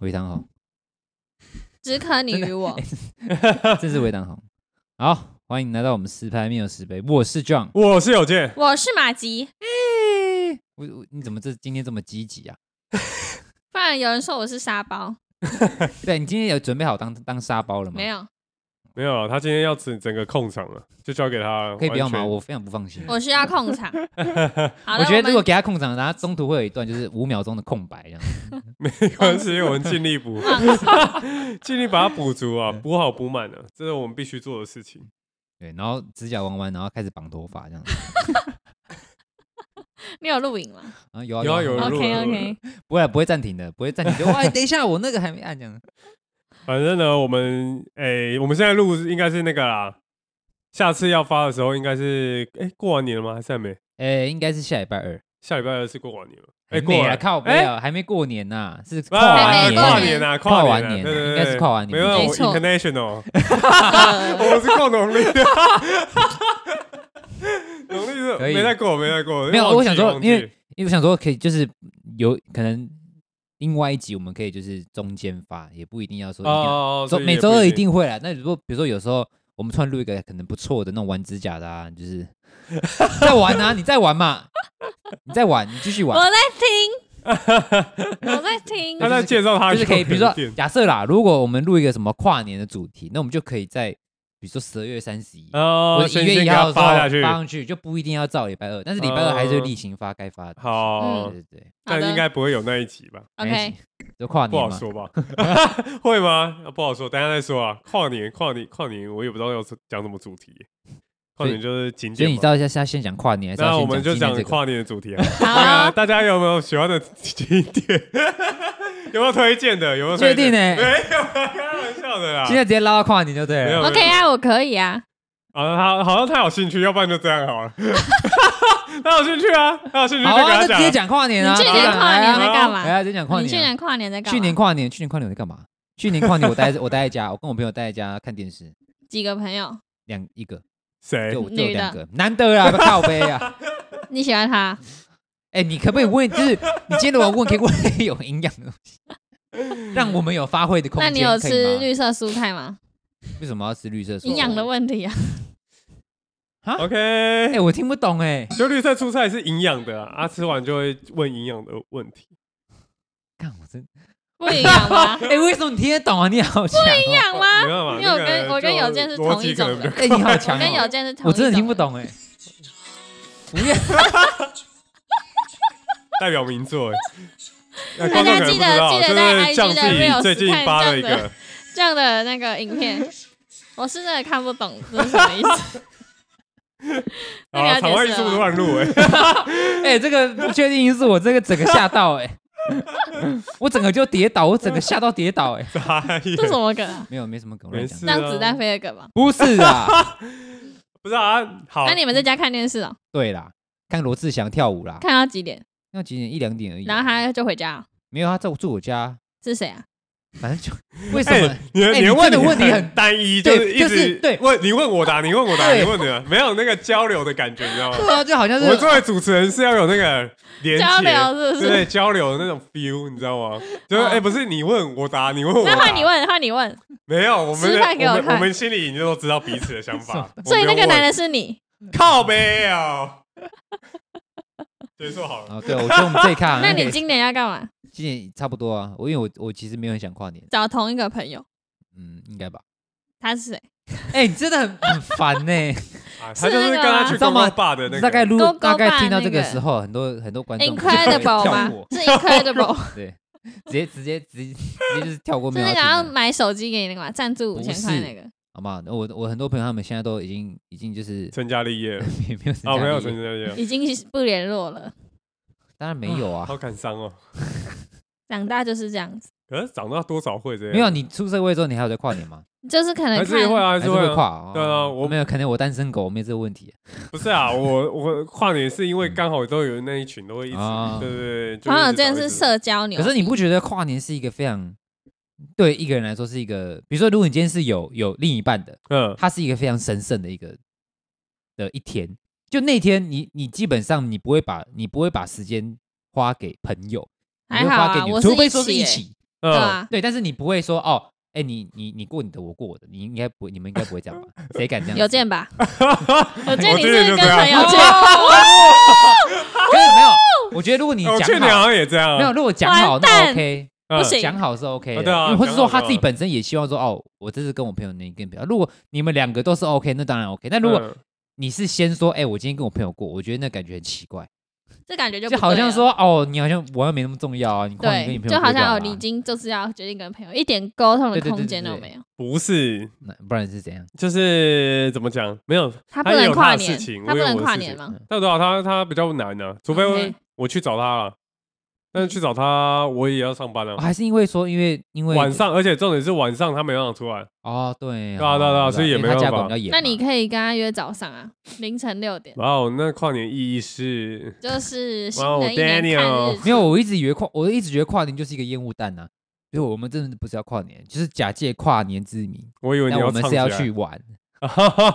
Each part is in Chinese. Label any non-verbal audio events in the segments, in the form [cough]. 维糖 [laughs] 红，只可你 [laughs] 与我。这是维糖红。好，欢迎来到我们十排没有十杯，我是 John。我是有健，我是马吉，我我你怎么这今天这么积极啊？不然有人说我是沙包，对，你今天有准备好当当沙包了吗？没，有，没有啊，他今天要整整个控场了，就交给他了。可以不要吗？完全我非常不放心。我需要 [laughs] 控场。好我了，觉得如果们给他空场，然后中途会有一段就是五秒钟的空白，这样。 [laughs] 没关系，我们尽力补， [laughs] 尽力把它补足 [laughs] 啊，补好补满了，这是我们必须做的事情。对，然后指甲弯弯，然后开始绑头发这样。你有录影吗然后有啊有啊有啊啊录了？OK 录了 OK，不会不会暂停的，不会暂停 [laughs] 就。哎，等一下，我那个还没按这样。反正呢，我们诶、我们现在录应该是那个啦，下次要发的时候应该是诶、过完年了吗？还是还没？哎，应该是下礼拜二。下礼拜二是过完年了。诶、哎，过完啊，靠诶背啊，还没过年呐，是跨啊完还没跨过年年年啊，跨完完年啊，年对啊对对，应该是跨完年没有，没我错 international， [laughs] [laughs] 呃我是靠农历的， [laughs] 农历是可以没在过，没在过。没有忘记我想说忘记因为因为我想说，可以就是有可能另外一集我们可以就是中间发，也不一定要说一定要哦，周所以每也周不二一定会啦。那如果比如说有时候我们突然录一个可能不错的那种玩指甲的，啊，就是 [laughs] 在玩啊，你在玩嘛，你在玩，你继续我 [laughs] 玩，在听，我在听他。在介绍他就是可以，比如有说点假设啦，如果我们录一个什么跨年的主题，那我们就可以在比如说十二月三十一。哦，或者呃先一月先一给号他的时候发下去，哦发上去就不一定要照礼拜二，但是礼拜二还是例行发该发的。好，对对对好但的应该不会有那一集吧？没关 OK，系就跨不年好嘛。说吧？ [laughs] 会吗？啊不好说，等一下再说啊。跨年，跨年，跨年，我也不知道要讲什么主题。跨年就是景所以点你嘛知，道一下，现在先讲跨年，还是那要我先们就今讲年这个？跨年的主题啊。那好，大家有没有喜欢的景点？ [laughs] 有没有推荐的？有没有推确荐定？呢？没有啊，开玩笑的啦现。在直接拉到跨年就对没有了。 OK 啊，我可以啊。啊，他好像他有兴趣，要不然就这样好了。 [laughs] 他有兴趣啊，他有兴趣就好给啊，他那直接讲。讲跨年啊！你去来年啊跨来年啊在干嘛来？啊，直接讲跨你去年年啊。跨年在干嘛？去年跨年，去年跨年我在干嘛？去年跨年我待在 [laughs] 我待在家，我跟我朋友待在家看电视，几个朋友？两一个谁就？我就女的两个，难得啊，靠背啊！ [laughs] 你喜欢他？哎，你可不可以问？就是你今天如果问，可以问有营养的东 [laughs] 西，让我们有发挥的空那间。你有可以吃吗绿色蔬菜吗？为什么要吃绿色蔬菜？营养的问题啊。哎、 OK，我听不懂哎、就绿色蔬菜是营养的啊，啊吃完就会问营养的问题。看我真不营养吗？ [laughs] 哎、为什么你听得懂啊？你好强、不哦！营养吗？没办法，因为我那个跟我跟就有健是逻同辑一可种能比的较，哎、你好强、我跟有哦！健是同我一种。真的听不。懂哎、不 [laughs] 要，[laughs] 代表名作哎。[laughs] 那大观众家可能记得不知道记得就在是 IG 像的自己 Reels 最近看发这了一样个的，这样的那个影片，我是真的看不懂 [laughs] 这是什么意 [laughs] 思。那你啊，要场外解艺释术了吗？乱入哎， [laughs] 哎、这个不确定因素，我这个整个吓到哎、 [laughs] 我整个就跌倒，我整个吓到跌倒哎、傻眼这什么梗啊？没有，没什么梗，我没乱讲事的。啊，让子弹飞的梗吧。不是 [laughs] 啊，不是啊，好，那你们在家看电视哦，对啦，看罗志祥跳舞啦，看到几点？那几点一两点而嗯已啊。然后他就回家哦。没有他在我住我家，是谁啊？反 [laughs] 正就为什么？哎，你哎你你问真的问题题很很单一，对是一就直是对问你问我答，啊你问我答，对你问我答，没有那个交流的感觉，你知 [laughs] 道吗？对啊，就好像我们是作为主持人是要有那个连接交流是对不是？对交流的那种 feel，你知道吗？就是哦哎，不是你问我答，你问我答，那换你问，换你问。没有，我们示范给我我们看我们心里已经都知道彼此的想法，我所以不那用问个男的 [laughs] 是你，靠背哦，结束好了。 [laughs] 哦，对，我觉得我们这一看啊，那可以你今年要干嘛？今年差不多啊，我因为我我其实没有很想跨年，找同一个朋友，嗯，应 [laughs] 该吧。他是谁？哎、你真的很很烦呢、啊是他就是那跟个他吗去知道公吗公爸 [laughs] 的那个，啊大概如果勾勾大概爸听到这那个个时候，很多很多观众就会跳啊 Incredible 吗过？是 Incredible， [laughs] 对， [laughs] 直接直接直接直接就是跳过是没有那要个啊听要的，买手机给你那个嘛，赞助不五千块是那个。好吗？那我我很多朋友他们现在都已经已经就是成家立 [laughs] 业了也没有参啊，没有加成毕业，家立业，已经是不联络了，当 [laughs] 然没有啊，好感伤哦。长大就是这样子，可是长到多少会这样？没有啊。你出社会之后，你还有在跨年吗？就是可能还是会看啊，还还是会啊跨啊？对啊我没有，可能我单身狗，我没有这个问题不是啊，我我跨年是因为刚好都有那一群都会一起啊，对对对，就朋友一直找真一的是直社交牛可，是你不觉得跨年是一个非常对一个人来说是一个，比如说如果你今天是有有另一半的，嗯它是一个非常神圣的一个的一天。就那天你，你基本上你不会把你不会把时间花给朋友，你还会好花给啊，你，我除非一说是起一耶，起，对嗯，啊，对，但是你不会说哦，哎、你你你过你的，我过我的，你应该不，你们应该不会这样吧？谁敢这样？有 [laughs] 见吧？我见我你之前是就这跟样朋友见，可是没有，我觉得如果你哦我去讲年好，好像也这样，啊没有，如果讲好完那蛋 OK，嗯不行讲好是 OK 啊对的，啊因为或者讲说好他就自己好本身也希望说，哦，我这次跟我朋友，你跟朋友，如果你们两个都是 OK，那当然 OK。但如果嗯你是先说，哎、我今天跟我朋友过，我觉得那感觉很奇怪，这感觉就就不好对像了说，哦，你好像我好像没那么重要啊，你跨年跟你对，朋友就不会好干嘛、像哦，你已经就是要决定跟朋友一点沟通对对的对空对间都对没有，不是，那不然是怎嗯样？就是怎么讲，没有，嗯他不他也能有跨他的事年情，他我不有能我的跨事年情吗？但对啊，他他比较难呢，除非我 OK 我去找他了，但是去找他我也要上班哦 [laughs] 啊。还是因为说，因为因为晚上，而且重点是晚上他没让我出来哦，对，对啊哦对啊对啊我知道所以也因为没他办家法管比较严嘛。那你可以跟他约早上啊，凌晨六点，哇哦，那跨年意义是就是新哇哦的一年看日，Daniel 出没有，我一直以为跨，我一直觉得跨年就是一个烟雾弹呐，就是我们真的不是要跨年，就是假借跨年之名，我以为你但我们唱是起要来， [laughs] 去玩。我唱什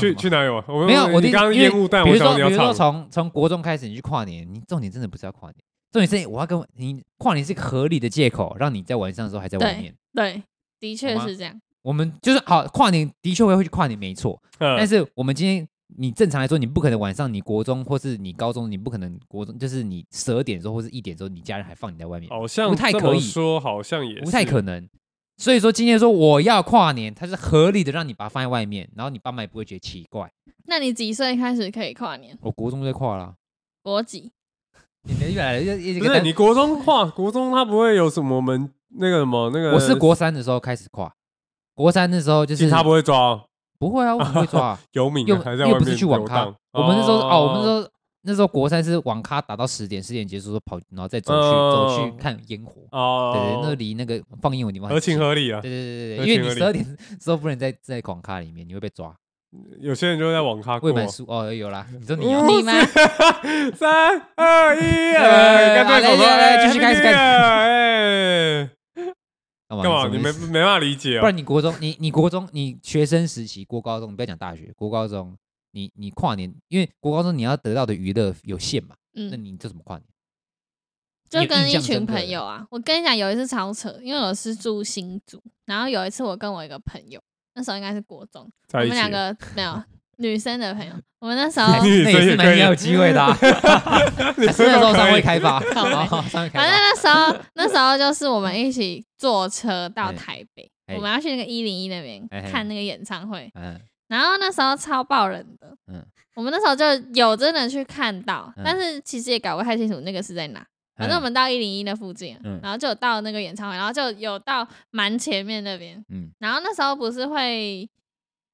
去么去哪里玩？我没有，我的你意刚刚因为烟雾弹，比我如想说，你要比如说唱从从国中开始，你去跨年，你重点真的不是要跨年，重点是我要跟你跨年是一个合理的借口，让你在晚上的时候还在外面。对，的确好吗是这样，我们就是好跨年，的确会会去跨年，没错。但 [laughs] 嗯，是我们今天，你正常来说，你不可能晚上你国中或是你高中，你不可能国中就是你十二点的时候或是一点的时候，你家人还放你在外面，好像不太这可么以说好像也不太是可能。所以说今天说我要跨年，它是合理的让你把它放在外面，然后你爸妈也不会觉得奇怪。那你几岁开始可以跨年？我国中就在跨啦，国几？你的越来越越不是你国中跨国中，他不会有什么门那个什么那个，我是国三的时候开始跨，国三的时候就是警察不会抓，不会啊，我不会抓、啊 [laughs] 游民又啊，还在又外不是面去网游咖荡，我们那时候哦，我们那时候那时候国三是网咖打到十点，十点结束说跑，然后再走去、走嗯去看烟火，哦，对对，那离那个放烟火的地方很合情近。合理啊对。对对合对对，因为情合你理啊十二点之后不能在在网咖里面，你会被抓。有些人就会在网咖过未。满数哦，有啦，你说你嗯要你吗？ [laughs] 三二一， [laughs] 呃干对手好嘞说，来哎继续开始 Happy 开始 New Year，哎，干嘛？干嘛？什么你意没思没办法理解不哦然。你国中，你你国中，你学生时期，国高中，你不要讲大学，国高中，你你跨年，因为国高中你要得到的娱乐有限嘛，那嗯，你这怎么跨年？就有跟印一象群深刻朋的友啊，我跟你讲，有一次超扯，因为我是住新竹，然后有一次我跟我一个朋友，那时候应该是国中，我在一们起，。两个没有女生的 [laughs] 朋友，我们那时 [laughs] 候女那生也也是可蛮以没有机会 [laughs] 的、啊。 [laughs] 你还是那时都候尚可 [laughs] 未以。开发，靠北哦 [laughs] 尚未开反发。正那时候，那时候就是我们一起坐车到嗯台北，哎我们要去那个一零一那边哎哎看那个演唱会。嗯，然后那时候超爆冷的，嗯我们那时候就有真的去看到，嗯但是其实也搞不太清楚那个是在哪。反正我们到一零一那附近，啊嗯然后就有到那个演唱会，然后就有到蛮前面那边。嗯然后那时候不是会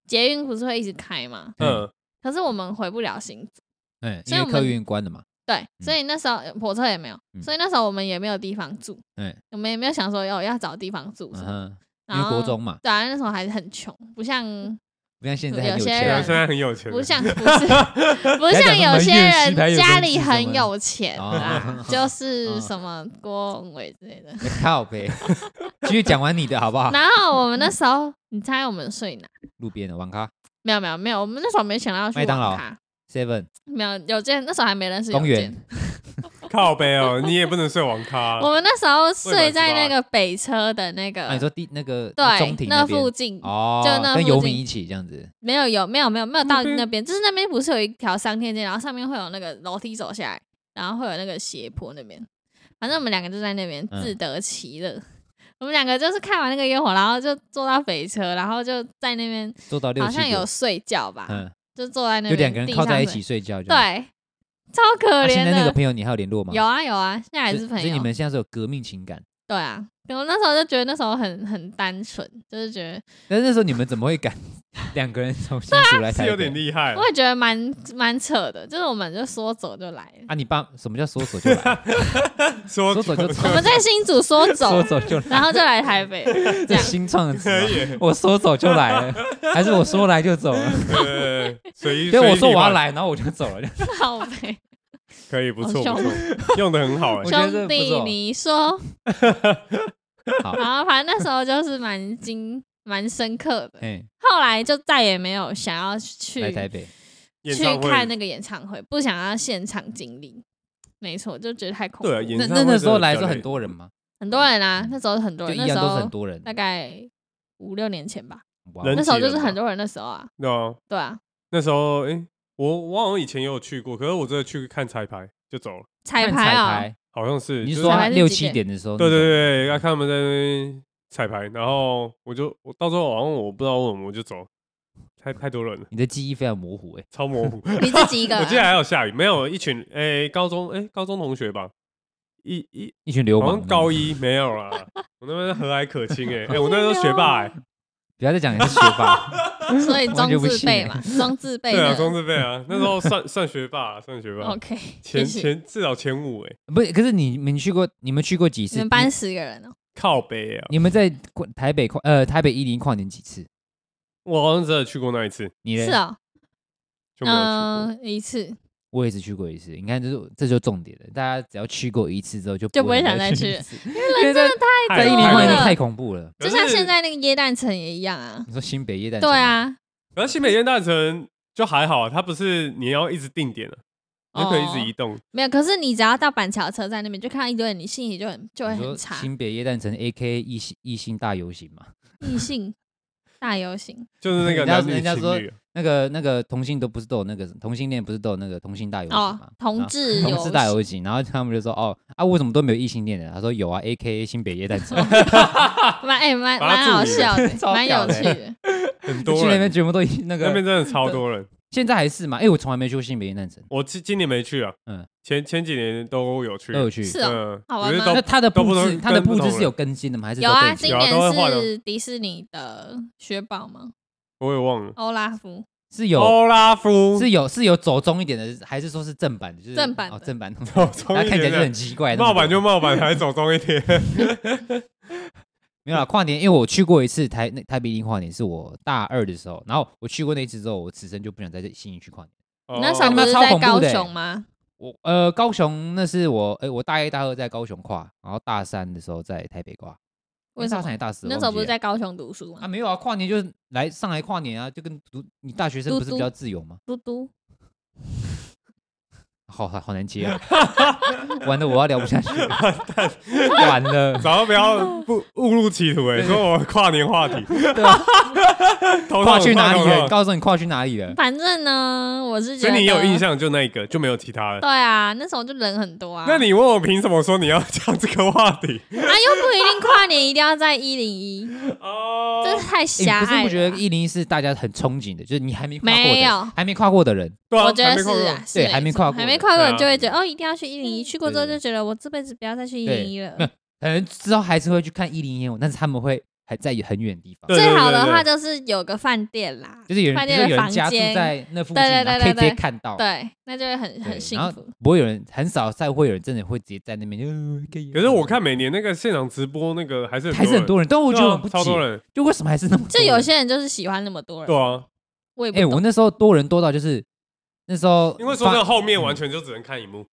捷运不是会一直开嘛，嗯，可是我们回不了新竹，嗯，所因以为我们客运关了嘛，对，所以那时候呃火车也没有，嗯所以那时候我们也没有地方住，嗯我们也没有想说哦要要找地方住什嗯么。哼，因然为后国中嘛，对啊，那时候还是很穷，不 [laughs] 像不像现在有很有些对钱啊人啊现在很有钱，不像不是不像有些人家里很有钱啦啊，就是什么郭文伟之类的。 [laughs] 靠呗。继续讲完你的好不好？嗯然后我们那时候，你猜我们睡哪？路边的网咖没有没有没有，我们那时候没想到要去麦当劳网咖， Seven 没有有件那时候还没认识有公园件。， [laughs] 靠背哦，你也不能睡网咖。我们那时候未满睡在18那个北车的那啊，你个说第那个中对庭那边附近，哦，就那附跟近游民一起这样子，没有有没有没有没有到那边那边，就是那边不是有一条商店街，然后上面会有那个楼梯走下来，然后会有那个斜坡那边。反正我们两个就在那边嗯自得其乐。我们两个就是看完那个烟火，然后就坐到北车，然后就在那边做到六好七像有点，睡觉吧，嗯，就坐在那就边两个人地靠在上一睡起，睡觉这样。对，超可啊怜现在那个的。朋友你还有联络吗？有啊有啊，现在还所以是朋所以友你。们现在是有革命情感，对啊，我那时候就觉得那时候很很单纯，就是觉得但是那时候你们怎么会敢两个人从新竹来 [laughs] 是台北？有点厉害我。也觉得蛮蛮扯的，就是我们就说走就来了，啊！你爸什么叫说走就 [laughs] 来？啊说说走就走 [laughs] 我们在新竹说 [laughs] 说走，走就来，然后就来台北， [laughs] 这这样新创的词可吗。以，我说走就来了，还是我说来就走了？呃，随意。对，我说我要随意来，然后我就走了。靠北。玩，可以，不错，好不凶错，用的很好哎啊我。觉得这兄不错弟，你说， [laughs] 好然后反正那时候就是蛮惊、蛮深刻的。哎，后来就再也没有想要去来台北，演去唱会看那个演唱会，不想要现场经历。没错，就觉得太恐怖对啊了。演那唱那会那时真的候比来的较时候很累多人吗？很多人啊，那时候很多就人，一那样时都是很候多人大。概五六年前吧。哇人那时候挤就是吧很多人的时候啊，对啊，对啊，那时候哎，我我好像以前也有去过，可是我真的去看彩排就走了，彩看排啊、排好像是。你就是是说彩排是六几七点点的时候？对对，对，要看他们在那边彩排，然后我就我到时候好像我不知道为什么我就走，太太多人了，你的记忆非常模糊哎。超模糊。你自己一 [laughs] 个、我啊记，得还有下雨，没有一群诶、高中诶、高中同学吧，一一一群流好氓像，高一没有啦，我那边和蔼可亲诶、诶、我那时候学霸诶、欸不要再讲你是学 [laughs] 霸，所以完装全不自信备欸嘛，装自备对啊，的。中字辈啊，那时候算算学霸、啊，算学霸， OK，前谢谢前至少前五诶、不是？可是你们去过，你们去过几次？你们班十个人哦、靠北啊，你们在跨台北跨呃台北一零跨年几次？我好像只有去过那一次，你嘞是哦、就没有去过。嗯、一次我也是去过一次。你看，这是这就是重点了。大家只要去过一次之后，就就不不会会想再去去一了次， [laughs] 因为人真的太在一多零了跨年了太恐怖了。就可像是现在那个椰蛋城也一样啊。你说新北夜蛋城对，啊，可是新北烟大城就还好，啊它不是你要一直定点的、啊，它可以一直移哦动。没有，可是你只要到板桥车站那边，就看到一堆人，你心情就很就会你很说差。新北夜蛋城 A K 异性异性大游行嘛？异性大游行，就是那个人家男女人家情说侣，啊那个那个同性都不是都有那个同性恋不是都有那个同性大游行哦嘛？，同志然后游同志大行游行，然后他们就说哦啊，为什么都没有异性恋的？他说有啊，A K 新北夜蛋城，，蛮哎蛮把它蛮好注明了笑的超蛮屌有的趣 [laughs] 的。很去多那边人，全部都那那边个，真的超多人。现在还是嘛？哎，我从来没去过新北夜蛋城，我今今年没去啊，嗯嗯，前前几年都有去，都有去。是哦，嗯，好玩可吗是都那它的都不布置，同它的跟不布置同是人有更新的吗？还是有都啊，更新今有啊年都会换是迪士尼的雪宝吗？我也忘了。欧拉夫是 [laughs] 有欧拉夫是有是有走中一点的，还是说是正版的？就是正版哦，的正版的，走中 [laughs] 那一看起来点就很的，奇怪。冒版那就么多冒版，还走中一点。没有啦。跨年，因为我去过一次台那台北一零跨年，是我大二的时候，然后我去过那一次之后，我此生就不想再在新义区跨年。哦那时候不那是超在恐怖高的欸雄吗？我呃，高雄那是我哎，我大一大二在高雄跨，然后大三的时候在台北跨。为什大么三？也大四，那我时候忘不记是了在高雄读书啊？吗？没有啊，跨年就是来上来跨年啊，就跟读你大学生嘟不是比嘟较自由吗？嘟嘟，好好好难接啊！ [laughs] 完了，我要聊不下去了，完了，早上不 [laughs] 要不误入歧途哎，对说我跨年话题，对吧？ [laughs] 头跨上去哪里了？你了？告诉你跨去哪里了？反正呢，我是觉所得以你有印。象就那一个，就没有其他对的。啊，那时候就人很多啊。那你问我凭什么说你要讲这个话题？啊，又不一定跨年一定要在一零一，哦这太哎你狭不是隘不觉了得啊。一零一是大家很憧憬的，就是你还没跨过没有的，还没跨过的人，对啊，我觉得还没是跨过啊，是对没还没错跨过嗯还没跨过，对啊你就会觉得哦，一定要去一零一。去过之后对就觉得我这辈子不要再去一对零一了没有。可能之后还是会去看一零一，但是他们会还在很远的地方对，最好的话就是有个饭店啦，就是有人，饭比如店说有的房人家住间，在那附近，对对对然后可以直对对接看到，对，那就会很对很幸然后福。不会有人很少再会有人真的会直接在那边就。呃可以可是我看每年那个现场直播那个还是还是很人，多人，但我我觉得我很不超多解，人，就为什么还是那么多就有人些人就是喜欢那么多人对，啊，我也不哎、我懂。那时候多人多到就是那时候发，因为说真的后面完全就只能看荧幕，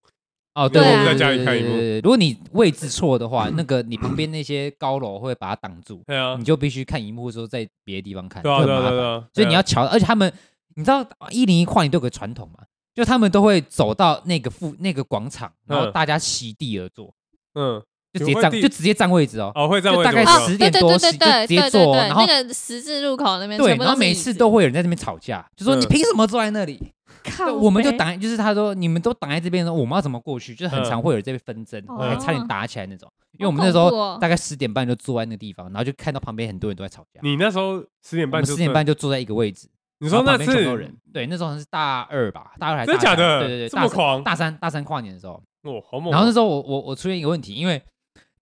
哦，对对，啊对在家里对看对荧幕对对如果你位置错的话，那个你旁边那些高楼会把它挡住，对啊你，就必须看荧幕或者说在别的地方看，对啊，嗯就对很啊，对啊麻烦。对啊，所以你要瞧，而且他们，你知道一零一跨年都有个传统嘛，就他们都会走到那个附那个广场，然后嗯大家席地而坐，嗯，就直接有站地就直接站位置哦，哦，会站就位大置概我知道10对点对多对起就对直对接对坐对，然后那个十字路口那边对，全部然后都是每椅次子都会有人在那边吵架，就说你嗯凭什么坐在那里？靠，我们就挡，就是他说你们都挡在这边了，我们要怎么过去？就嗯是很常会有这边纷争，嗯还差点打起来那种。因为我们那时好恐怖候哦大概十点半就坐在那个地方，然后就看到旁边很多人都在吵架。你那时候十点我半们就十点睡半，就坐在一个位置，你说那然后旁边全部都次人对，那时候好像是大二吧，大二还是真的大三假的对对对，这么大三狂大三大三跨年的时候，哦，好猛哦！然后那时候我我我出现一个问题，因为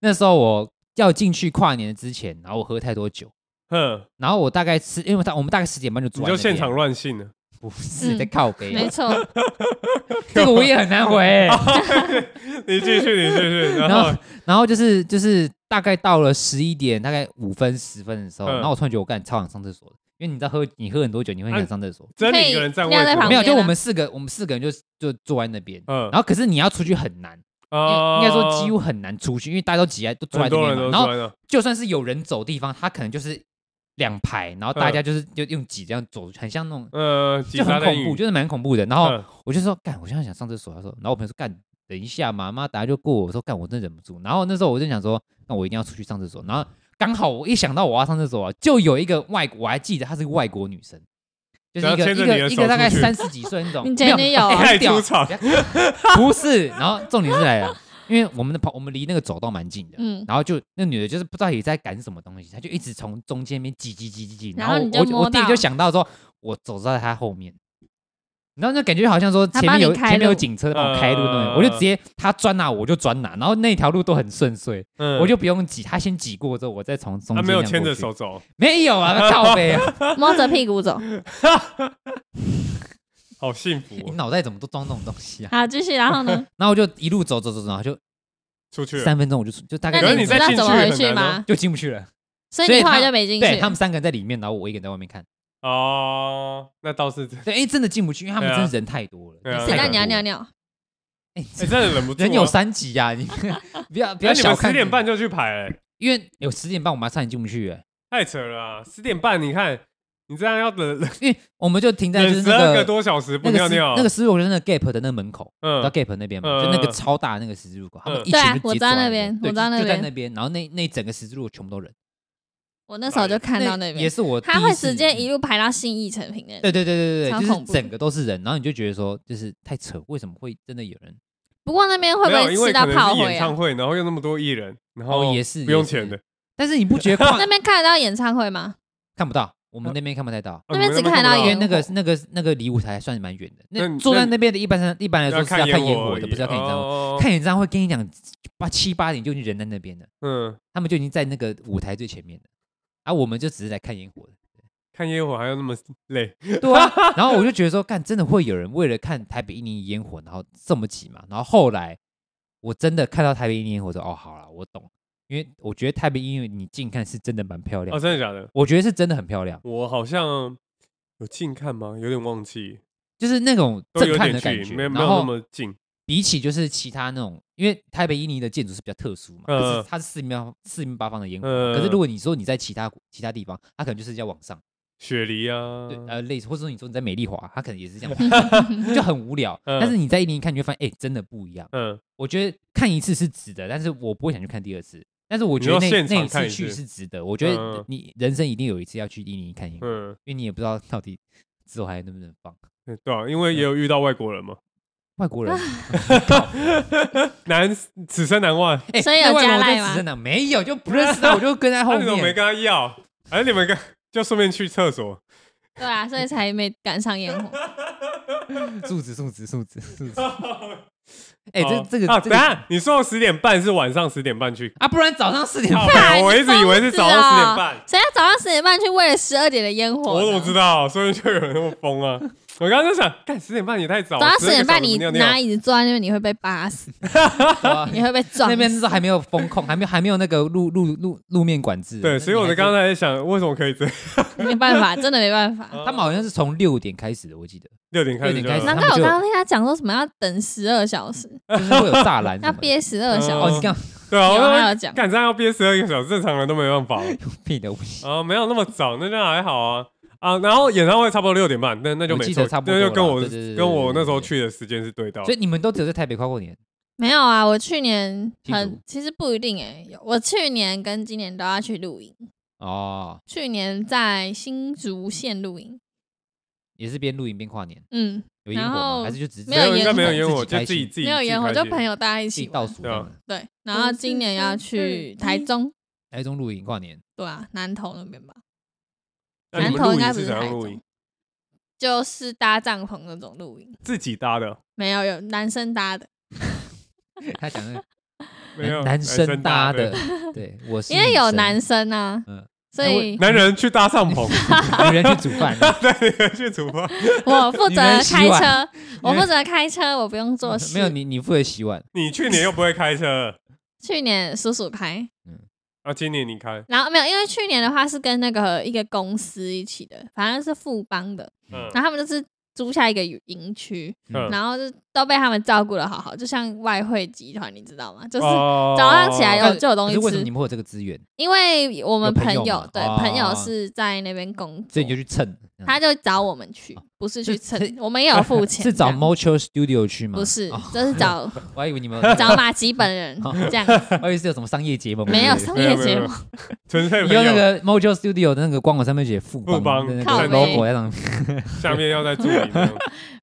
那时候我要进去跨年之前，然后我喝太多酒，哼，然你就现场乱性了然后我大概十，因为他我们大概十点半就坐你在那就边，现场乱性了，不是嗯在靠没北，错，这个我也很难回 [laughs] 欸、哦你继续，你继续，然 [laughs] 然后后然后就是就是大概到了十一点，大概五分十分的时候，嗯啊然后我突然觉得我干超想上厕所的，因为你知道喝你喝很多酒，你会很想上厕所。只有你一个人站位可以置吗，旁没有，边就啊我们四个，我们四个人就就坐在那边，嗯然后可是你要出去很难，因啊为应该说几乎很难出去，因为大家都挤在都坐在很那哦多边人都嘛。然后坐在那，就算是有人走的地方，他可能就是两排，然后大家就是就用挤这样走，很像那种呃，嗯挤就很沙滩恐浴怖，，就是哦蛮恐怖的。然后嗯我就说干，我现在想上厕所。他说，然后我朋友说干，等一下嘛，妈等下就过。我说干，我真忍不住。然后那时候我就想说，那我一定要出去上厕所。然后刚好我一想到我要上厕所啊，就有一个外国，我还记得她是一个外国女生，就是一然后个啊牵着一你的个一手个大概出去三十几岁那种，你前女友啊没有哎太很屌粗糙不是。然后重点是来了，因为我们的跑，我们离那个走道蛮近的。嗯，然后就那女的，就是不知道也在赶什么东西，她就一直从中间面挤挤挤挤挤，然后后你就我我摸弟到就想到说，我走在她后面，然后那感觉好像说他前面帮你有开前面有路警车在帮我开路那种，呃我就直接她钻哪我就钻哪，然后那条路都很顺遂，嗯我就不用挤，她先挤过之后，我再从中他间没有这样牵过着去手，走，没 [laughs] 有啊，靠背啊，摸着屁股走。好幸福你哦，脑袋怎么都装这种东西啊？好，继续，然后呢？然后我就一路走走走走，然后就出去了，三分钟我就出 [laughs] 就大概那可是就你你知在道进怎去么也回很去难哦吗？就进不去了，所以所以你后来他就没进去。对他们三个人在里面，然后我一个人在外面看。哦，那倒是真， [laughs] 对，哎、真的进不去，因为他们对啊真的人太多了。对啊太谁恐让怖你要了尿？尿？哎、哎，真的忍不住啊，人有三级呀、你 [laughs] 不要不哎，要你小们看十自己点半，就去排，哎因为有十点半我们还差点进不去、哎，太扯了啊，十点半，你看你这样要等因为我们就停在就是等十那二个个多小 [laughs] 时不那个尿十尿，那个十字路口就是那个 gap 的那个门口，嗯到 gap 那边嘛，嗯就那嗯个超大的那个十字路口，他们嗯一群对啊就直接我知道坐在那边对我知道就那就在边那边，然后那那整个十字路口全部都人，我那时候就看到那也边，是我他会时直接一路排到新义成平的。对对对对超对，就是恐怖整个都是人，然后你就觉得说就是太扯，为什么会真的有人？不过那边会不没有，会因吃为可到炮能是灰演唱啊？会，然后又那么多艺人，然后哦也是不用也是钱的，但是你不觉得跨 [laughs] 那边看得到演唱会 [laughs] 吗？看不到？我们那边看不太到，啊那边只看得到因为烟那个那个那个离舞台还算蛮远的。那那你坐在那那边的一般上一般来说要是要看烟烟火而的，已不是要看演唱会。哦看演唱会跟你讲八七八点就已经人在那边了，嗯，他们就已经在那个舞台最前面了，啊，我们就只是来看烟火的。 [laughs] 看烟火还要那么累，对啊，然后我就觉得说，干真的会有人为了看台北一零一烟火，然后这么挤嘛？然后后来我真的看到台北一零一烟火，说哦，好了，我懂，因为我觉得台北一零一你近看是真的蛮漂亮哦，的，真的假的？我觉得是真的很漂亮，我好像有近看吗？有点忘记，就是那种都有震撼点的距感离，觉。没有没有然那后么近。比起就是其他那种，因为台北伊尼的建筑是比较特殊嘛，嗯可是它是四面四面八方的烟火。嗯可是如果你说你在其他其他地方，它可能就是要往上，雪梨啊对，，呃，类似，或者说你说你在美丽华，它可能也是这 [laughs] 样往上，就很无聊。嗯但是你在伊尼看，你会发现，哎、真的不一样。嗯，我觉得看一次是值得，但是我不会想去看第二次。但是我觉得你说那现场那一看次一次去是值得，我觉得嗯你人生一定有一次要去伊尼看烟火，嗯，因为你也不知道到底之后还能不能放嗯对啊，因为也有遇到外国人嘛，外国人。啊难此生难忘。啊哎所以有那外国加人赖就吗只是那啊没有，就不认识他，啊我就跟 [laughs] 在后那啊你怎么没面。跟他要？还是你们跟就顺便去厕所？对啊，所以才没赶上烟火。素质，素质，素质，[laughs] 素质。哎，这哦这个啊，等这个一下你说十点半是晚上十点半去，啊，不然早上四点靠半北看我一直以为是早上十点半。谁要早上十点半去为了十二点的烟火呢？我怎么知道？所以就有人那么疯啊！我刚刚就想，干十点半也太早，早上十点半12你个小时尿拿尿椅子坐在那边，你会被扒死，哇你会被撞那死。边那时候还没有风 [laughs] 控，还没有还没有那个路路路路面管制。对，所以我的就刚才在想，为什么可以这样？ [laughs] 没办法，真的没办哦法。他们好像是从六点开始的，我记得六点开始就六点开难始怪我刚刚听他讲说什么要等十二小时，就是会有栅栏什要么的。憋十二小哦，时。你刚对啊，有我他有想讲干这样要憋十二个小时，正常人都没办法哦屁的，我记啊，没有那么早，那就还好啊啊。然后演唱会差不多六点半，那那就我没记错，得差不多了那就跟我对对对对跟我那时候对对对去的时间是对到所，以你们都只有在台北跨过年，没有啊，我去年屁股很其实不一定哎、有我去年跟今年都要去露营。哦，去年在新竹县露营，也是边露营边跨年，嗯，有烟然火吗？后还是就只是没有应烟该没有火烟火，自己就开自己心自己没有烟火，就朋友友大家一自己起倒玩。数对啊这样子，对，然后今年要去台中，台中露营跨年，对啊，南投那边吧，那南哎你们投露应营该不是是怎台样露营中？，就是搭帐篷那种露营，自己搭的，没有有男生搭的，他讲的 [laughs] 没有哎哎男生搭的的，，对我是 [laughs] 因为女有生男生啊嗯，所以男人去搭帐篷， [laughs] [laughs] 女人去煮饭，对，女人去煮饭，我负责你能洗开碗车，我你能嗯负责开车，我不用 [laughs] 做事。没有，你你负责洗碗，你去年又不会开车，去年叔叔开，啊，今年你开，然后没有，因为去年的话是跟那个一个公司一起的，反正是富邦的，嗯然后他们就是租下一个营区，嗯然后就都被他们照顾的好好，就像外汇集团，你知道吗？就是哦早上起来有就有东可西是为什么你吃，们会有这个资源？因为我们有朋朋友嘛友对哦朋友是在那边工所作以你，就去蹭，他就找我们去，不是去是蹭是，我们也有付 [laughs] 钱，是这找样 Mocho Studio 去吗？不是哦，这是 [laughs] 找我还以为你们 [laughs] 找马吉本人哦这样，我以为是有什么商业结盟，没有对不商对没有业没节有目没有。纯粹你朋用那友，个 Mojo Studio 的那个官网上面写富富邦邦的那靠个北 logo 在上面，下面要再住你 [laughs] 啊们，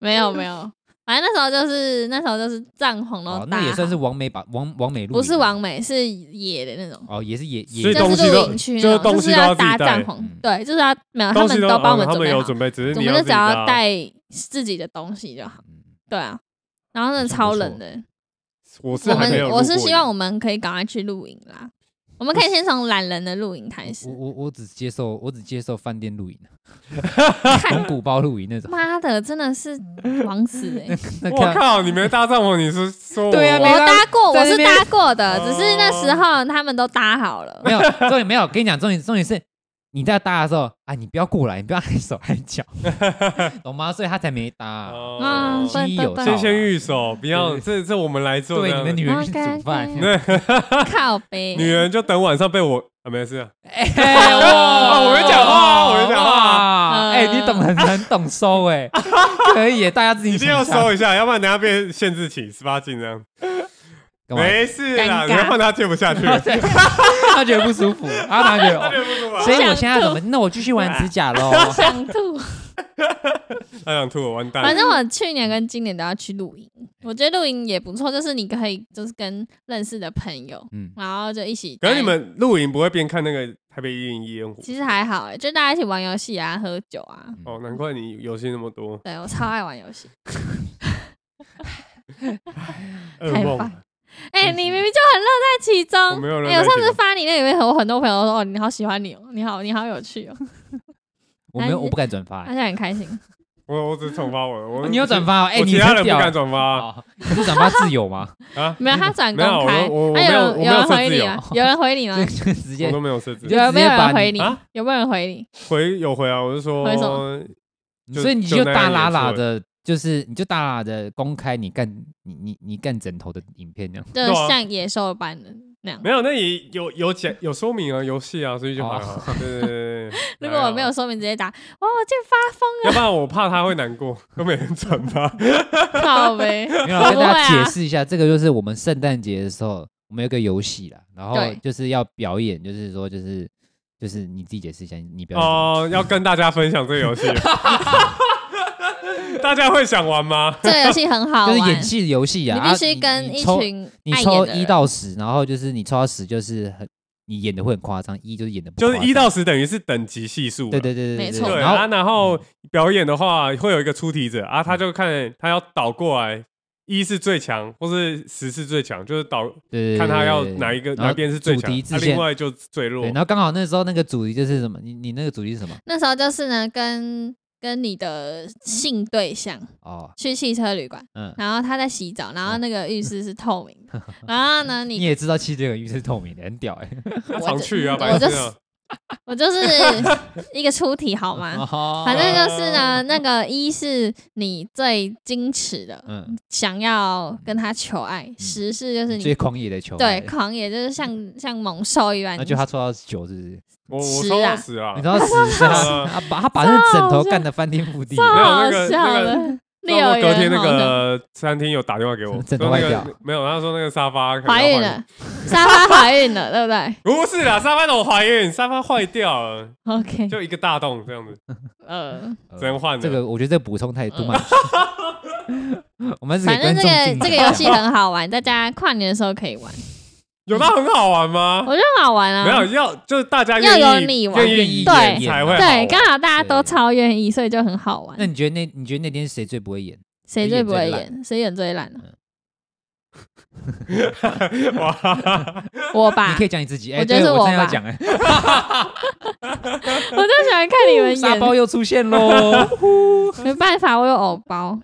没有没有，反正那时候就是那时候就是帐篷哦都，搭那好，也算是王美把王王美路，不是完美是野的那种，哦，也是也也所以就东是西都露营区那就是种东就西是都要要自己搭帐带篷嗯，对，就是要没有他东西都们都帮我嗯他准们备好有，准备，只是我你们自就只己搭要，带自己的东西就好，嗯对啊。然后真的超冷的，我是我还没有们录过我是希望我们可以赶快去露营啦。我们可以先从懒人的露营开始 [laughs] 我。我我只接受我只接受饭店露营，蒙看，古包露营那种。妈的，真的是枉死 [laughs] 哎！那我看靠，你没搭帐篷，你是说我对啊我没搭搭过，我在那是边搭过的，只是那哦时候他们都搭好了。没有重点没有，跟你讲重点重点是你在搭的时候啊，你不要过来，你不要 [laughs] 按手按 [laughs] 脚，懂吗？所以他才没搭。哦啊，所以稀对有先对对这先预手，不要对这这我们来做，对，你们女人去煮 OK，OK 饭。 [laughs] 对靠背，女人就等晚上被我啊，没事啊， [laughs] 哎哇哦我没讲话我没讲哇哦嗯哎，你懂很很懂收 [laughs] 哎，可以耶，大家自己一定要想象收一下，要不然等下变限制起十八禁这样。干嘛？没事啦，尴尬你要换他接不 [laughs] 下去，对， [laughs] 他觉得不舒服，阿达觉 [laughs] 得他接哦，不住啊，所以我现在怎么？那我继续玩指甲喽。 [laughs] 想吐。他想吐我完蛋。反正我去年跟今年都要去露营，我觉得露营也不错，就是你可以就是跟认识的朋友，嗯，然后就一起。可是你们露营不会边看那个台北一零一烟火？其实还好哎、就大家一起玩游戏啊，喝酒啊。哦，难怪你游戏那么多，对我超爱玩游戏，噩太梦棒。哎、你明明就很乐在其中。我没有乐哎、我在上其次中发你那里面，我很多朋友说哦，你好喜欢你哦，你好，你好有趣哦，我没有，哎我不敢转发大。家很开心。我我只转发我的，我你有转，发哦？哎，我你其他很人不屌敢转发哦你是转发自由 [laughs] 吗？啊，没有，他转公没开，有我我啊我没有有我没有人设回置哦你有吗？有人回你 [laughs] 吗就？就直接哎我都没有设置就。有没有直接把人你回你啊？有没有人回你？回有回啊，我是说回什就所以你就就那大样喇也是喇的，就是你就大喇的公开你干你你你干枕头的影片这样。就对啊像野兽般的那 [laughs] 样。没有，那也有有讲有说明啊，游戏啊，所以就还好。哦对对对对 [laughs] 对如果我没有，说明，直接打哇，我就还好要不然我怕他会难过，都没人转发。 [laughs] 发 [laughs] 靠呗。没有，我跟大家不会啊解释一下，这个就是我们圣诞节的时候，我们有个游戏啦，然后对就是要表演，就是说就是就是你自己解释一下，你表演什么。哦，要跟大家分享这个 [laughs] 游戏，大家会想玩吗？这个游戏很好就是玩，演戏的游戏你啊，必啊须跟一抽群你爱演抽的一人到十，然后就是你抽到十就是很你演的会很夸张，一就是演的就是一到十等于是等级系数啊，对对对对没对错对对然后啊，然后表演的话会有一个出题者啊，他就看他要倒过来，一是最强，或是十是最强，就是倒对对对看他要对对哪一个然后哪边是最主强，题啊之另间。外就最弱对，。然后刚好那时候那个主题就是什么？你你那个主题是什么？那时候就是呢，跟跟你的性对象哦，去汽车旅馆，嗯，然后他在洗澡，然后那个浴室是透明 [laughs] 的，然后呢，你你也知道气这个鱼是透明的，很屌哎、他我常就去啊，我白痴就啊，[laughs] 我就是一个出题 [laughs] 好吗？哦反正就是呢，那个一是你最矜持的，嗯，想要跟他求爱；十是就是最你狂野的球，对，狂野，就是像像猛兽一般嗯那。就 [laughs] 他抽到九是不是？我我吃抽到啊十啊你知，道死是他 [laughs] 啊他把他把那个枕头干的翻天覆地，没有好那个那 [laughs] 笑个了，六那我隔天元那好像个餐厅有打电话给我，枕说头那坏掉个没有，他说那个沙发可能要 [laughs] 怀孕换了， [laughs] 沙发怀孕了，对不对 [laughs] 不是啦，沙发怎么怀孕？沙发坏掉了， ？OK，就一个大洞这样子，呃，呃只能换了这个我觉得这个补充太多嘛。 [laughs] 我们是给嗯反正观这众敬啊个礼这一个下 [laughs] 游戏很好玩，大家跨年的时候可以玩， [laughs] 有它很好玩吗？我觉得很好玩啊。没有，要就是大家要愿有意你玩愿意对演才会好对，玩刚好大家都超愿意，所以就很好啊那玩。你觉得那你觉得那天谁最不会演？谁最不会谁演最演？谁演最烂呢？ [laughs] 哇，啊我嗯你吧可，以讲你自己。哎、啊我觉对得是我我真的要吧讲哎、我就喜欢看你们 [laughs] 哎沙包演。又出现喽！ [laughs] 没办法，我有偶包。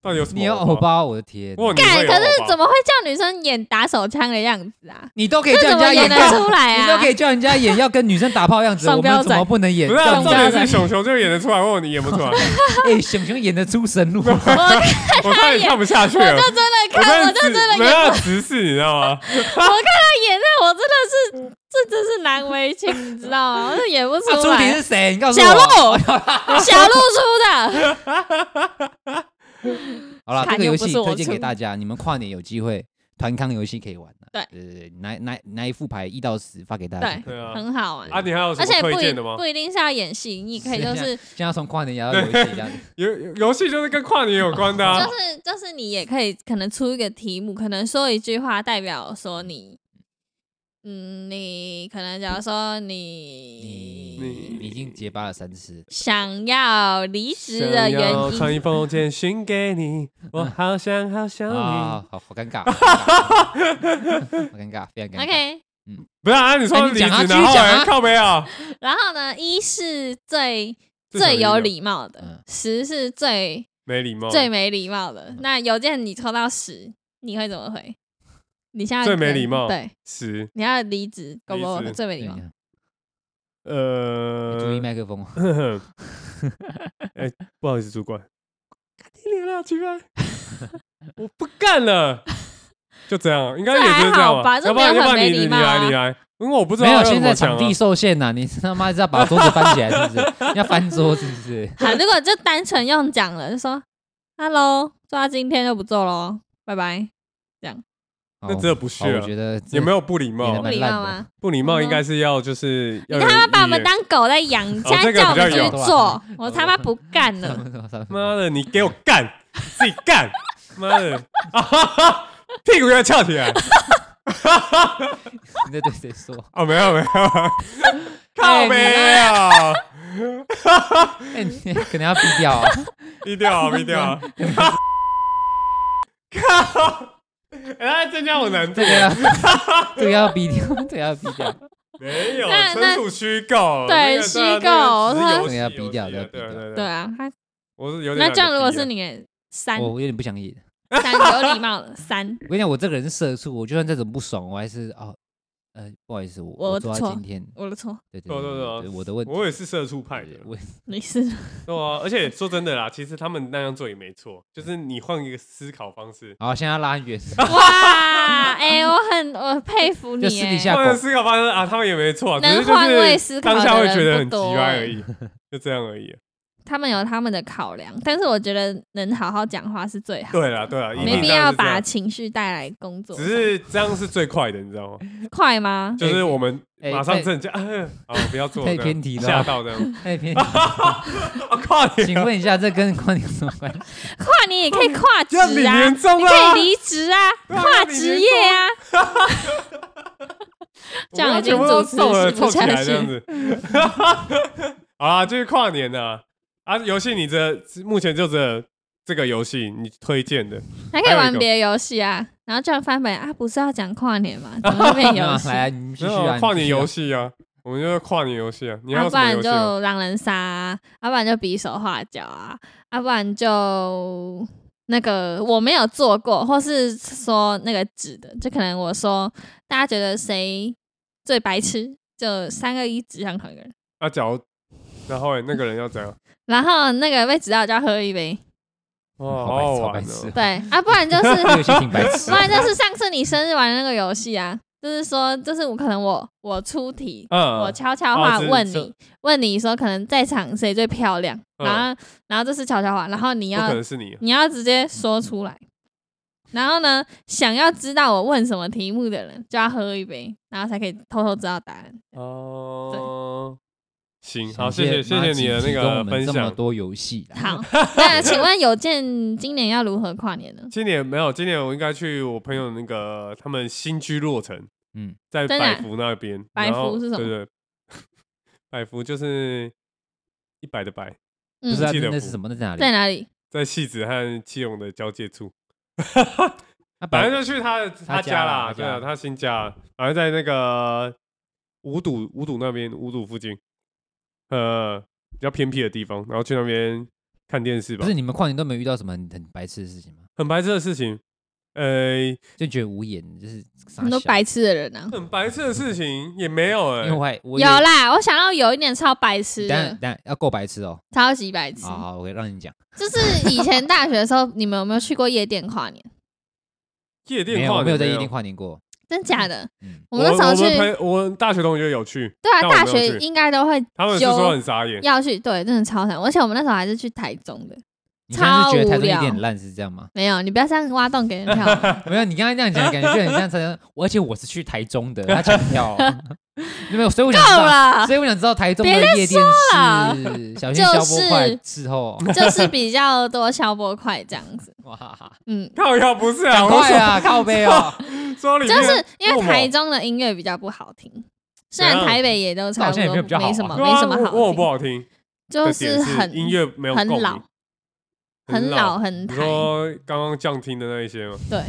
到底有什么？你有偶，包，我的天！哇，你干，会有可偶是包怎么会叫女生演打手枪的样子啊？你都可以这叫怎人么家演得干出来你啊？都可以叫人家演要跟女生打炮的样子，双我们标怎么仔不能演？不是啊？叫重人家点是熊熊就演得出来，问你演不 [laughs] 出来，哎，熊熊演得出神入化，我我差点看不下去了。就真的 [laughs] 看，我我就真真的的直没演，有啊直视，你知道吗？我看他演那，我真的是，这真是难为情，你知道吗？我就演 [laughs] 不那出朱迪来啊是。谁？你告诉我。小鹿，小鹿出的，好了，看这个游戏又不是我推荐给出大家，你们跨年有机会团康游戏可以玩啊对对对对，拿拿拿一副牌一到十发给大家对。对啊，很好玩。啊，你还有什而且么不推一荐的吗？不一定是要演戏，你可以就是现在从跨年 [laughs] 聊到游戏这样子，游游戏就是跟跨年有关的 [laughs] 啊就。是就是你也可以可能出一个题目，可能说一句话代表说你，嗯，你可能假如说你你你已经结巴了三次，想要离职的想原要传一因，封简讯给你，我好想好想你。啊，嗯好好尴尬，好尴 [laughs] 尬好尴尬，非常尴尬。 OK。不是啊，你说哎离你职讲啊然继续后讲啊哎靠没有？然后呢，一是最这什么最理由有礼貌的嗯，十是最啊没礼貌，最没礼貌嗯的。那邮件你抽到十，你会怎么回？你现在最没礼貌对，十你要离职，狗狗离职嗯最没对礼貌你。看注意呃，麦克风，哦 [laughs] 哎，不好意思，主管，你聊聊起来，我不干了，就这样，啊应该也就是这还好样吧这要不没有然要不很然没你你礼貌你啊来你来，因为我不知道没有，要现怎在么讲场啊地受限呐，你他妈是要把桌子翻起来是不 [laughs] 是？要翻桌是不是？好，如果就单纯用讲了，就说 “hello”，做到今天就不做喽，拜拜。那好这不是哦好啊我觉得这有没有不礼貌啊？演得蛮不礼烂貌的吗？不礼貌应该是要就是要你他妈有把我们意当狗在养，你现在这个叫我比较们去有 [laughs] 哦做，我他妈不干什了。么什么什见妈么的，你给我干，自己干，妈的， [laughs] 啊哈哈屁股要翘起来。 [laughs] 你在对谁说？哦，没 [laughs] 有没有，哎靠没有，哎，你可能要逼掉啊！低调 [laughs] 啊低调啊， [laughs] 靠！哎，增加我难度这，个要这个要逼掉，这个要逼 [laughs] 掉。没有，那纯属虚构，那对个虚构那个只是游戏我说要低调游戏要低对调对对对，啊，他我是有点那懒得啊这样如果是逼你三我哦我有点不想演。三有礼貌的三，我跟你讲，我这个人是社畜，我就算再怎么不爽，我还是哦，呃，不好意思，我我做到错今天，我的错，对对对对对啊对，我的问啊，题，我也是社畜派的对，我你是对啊，而且说真的啦，其实他们那样做也没错，就是你换一个思考方式，好，现在要 [laughs] 拉远，哇， [laughs] 哎，我很我佩服你就私底哎，下换个思考方式啊，他们也没错，只是能就是换位思考的当人下会觉得很不多奇怪欸而已，就这样而已。他们有他们的考量，但是我觉得能好好讲话是最好的，对啦对啦，一定没必当然要是这样把情绪带来工作上，只是这样是最快的，你知道吗？快吗？就是我们哎马上正就，啊，好不要做，太这样偏题了吓到这样。太偏。我靠你请啊，问一下，这跟跨年有什么关 [laughs] 系？跨年也可以跨职要领啊，年终你啦可以离职啊，对啊跨职业啊，这样已经我们要全部都中了，主凑持起人来这样子。好啦，就是跨年的啊，游戏你这目前就这这个游戏你推荐的，还可以还有一玩个别的游戏啊。然后这样翻本啊，不是要讲跨年吗？怎么会变 [laughs] 游戏？来啊，你继没续有啊，啊跨年游戏。戏啊，我们就是跨年游戏啊。你还要有不什么然游戏吗？就狼人杀、啊，要不然就比手画脚啊，要不然就那个我没有做过，或是说那个纸的，就可能我说大家觉得谁最白痴，就三个一指向同一个人，啊，假如然后欸那个人要怎样？然后那个被指到就要喝一杯，哦，好好白啊痴好玩白痴哦。 [laughs] 对啊，不然就是这个游戏挺白痴 [laughs] 不然就是上次你生日玩的那个游戏啊，就是说，就是我可能我我出题，嗯我悄悄哦话这问这你，问你说可能在场谁最漂亮，嗯然后然后这是悄悄话，然后你不要可能是你，你要直接说出来。然后呢，想要知道我问什么题目的人，就要喝一杯，然后才可以偷偷知道答案。哦，行，感好，谢谢谢马谢你的吉那提供我个们分这么享。多游戏 [laughs] 啦，好，那请问邮件今年要如何跨年呢？今年没有，今年我应该去我朋友那个他们新居落成，嗯，在真的啊百福那边。百然后福是什么对对，百福就是一百的百，不嗯知道记得那不是什么，那在哪里？在哪里？在戏子和基隆的交界处。那 [laughs] 本反来正就去他的他家家啦啦，他对啊，家他新家，好像在那个五堵五堵那边，五堵附近，呃，比较偏僻的地方，然后去那边看电视吧不是。你们跨年都没有遇到什么很很白痴的事情吗？很白痴的事情，呃，就觉得无言，就是傻很多笑白痴的人啊！很白痴的事情也没有哎、因为我还我有啦，我想到有一点超白痴当然的，当然要够白痴哦。超级白痴。好哦好，我让你讲。就是以前大学的时候，你们有没有去过夜店跨年？夜店没有，跨我年没有在夜店跨年过。真假的？嗯，我们那时候我去，们朋我们大学同学有去，对啊，但我大没有学去应该都会他们是揪说很傻眼，要去，对，真的超惨。而且我们那时候还是去台中的，你现在是觉得超台无中夜聊店很烂是这样吗？没有，你不要这样挖洞给人跳啊。没有，你刚刚这样讲，感觉就很像台中。我而且我是去台中 [laughs] 的，他抢票。没有，所以我想知够道，了，所以我想知道台中的别夜店是小心就消波块是之后。就是比较多消波块这样子。哇，嗯，靠要不是啊，赶我快 [laughs] 啊，靠背哦，说说里就面是因问为我台中的音乐比较不好听，虽然怎样台北也都那差不好像也没有多比较，好啊没什么对没啊什么我我好不听，好听，就的点很音乐没有很共鸣老，很老老。很你台，说刚刚降听的那一些吗？对，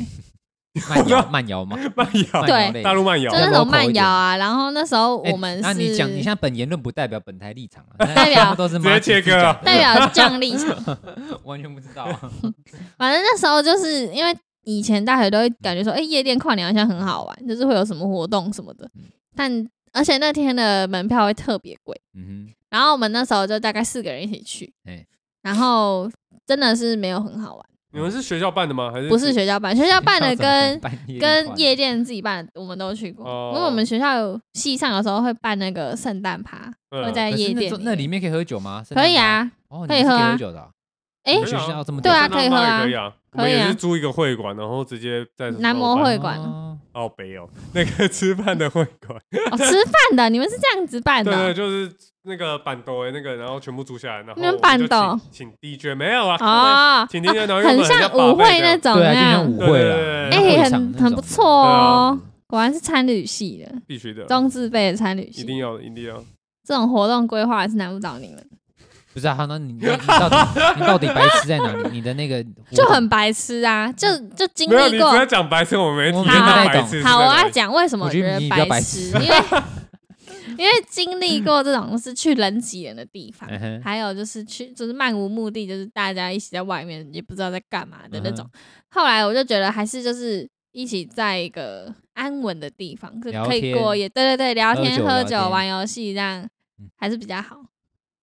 慢 [laughs] 摇慢摇嘛，慢摇，对类大陆慢摇就真，的那 local 种一慢点摇啊。然后那时候哎我们是那你讲，你现在本言论不代表本台立场啊，代表全部都是直接马吉切自己割啊讲的代表降力场，完全不知道。反正那时候就是因为以前大学都会感觉说，哎、夜店跨年好像很好玩，就是会有什么活动什么的，但而且那天的门票会特别贵。 [laughs] 嗯然后我们那时候就大概四个人一起去，哎然后真的是没有很好玩，你们是学校办的吗？还是不是学校办，学校哼，办的跟跟跟夜店自己办的，我们都去过，哦因为我们学校有系上有时候会办那个圣诞趴，会嗯在夜店那里面可以喝酒吗？可以啊，哦，可你以是喝啊喝酒的啊。哎你们学校这么对啊那可以喝那啊也可以啊，我可们以也啊是租一个会馆，然后直接在男模会馆哦哦北哦， [laughs] 那个吃饭的会 [laughs] 馆，哦，吃饭的，你们是这样子办对的对，哦。就是那个板凳哎，那个然后全部租下来，然后你们我就板凳请请 DJ 没有啊，靠哦，请听见然后哦又很有人像家把舞妹会这样那种对啊，就那像样，舞会啦对对对像对哎，会场很那很种不错哦，啊果然是参旅系的，必啊须的，中字辈的参旅一系定，要的一定要。这种活动规划是难不倒你们，不是啊，那你你你到底你到底白痴在哪里？你的那个就很白痴啊，就就经没有，你历不过要讲白痴，我没我听没到听白懂痴是好，在我哪要里讲为什么我觉得得你比较白痴，痴因为因为 [laughs] 经历过这种是去人挤人的地方，嗯哼还有就是去就是漫无目的，就是大家一起在外面也不知道在干嘛嗯的那种。后来我就觉得还是就是一起在一个安稳的地方，就聊可以天过夜，对对对，聊喝天、酒喝聊酒、天玩游戏这样嗯还是比较好。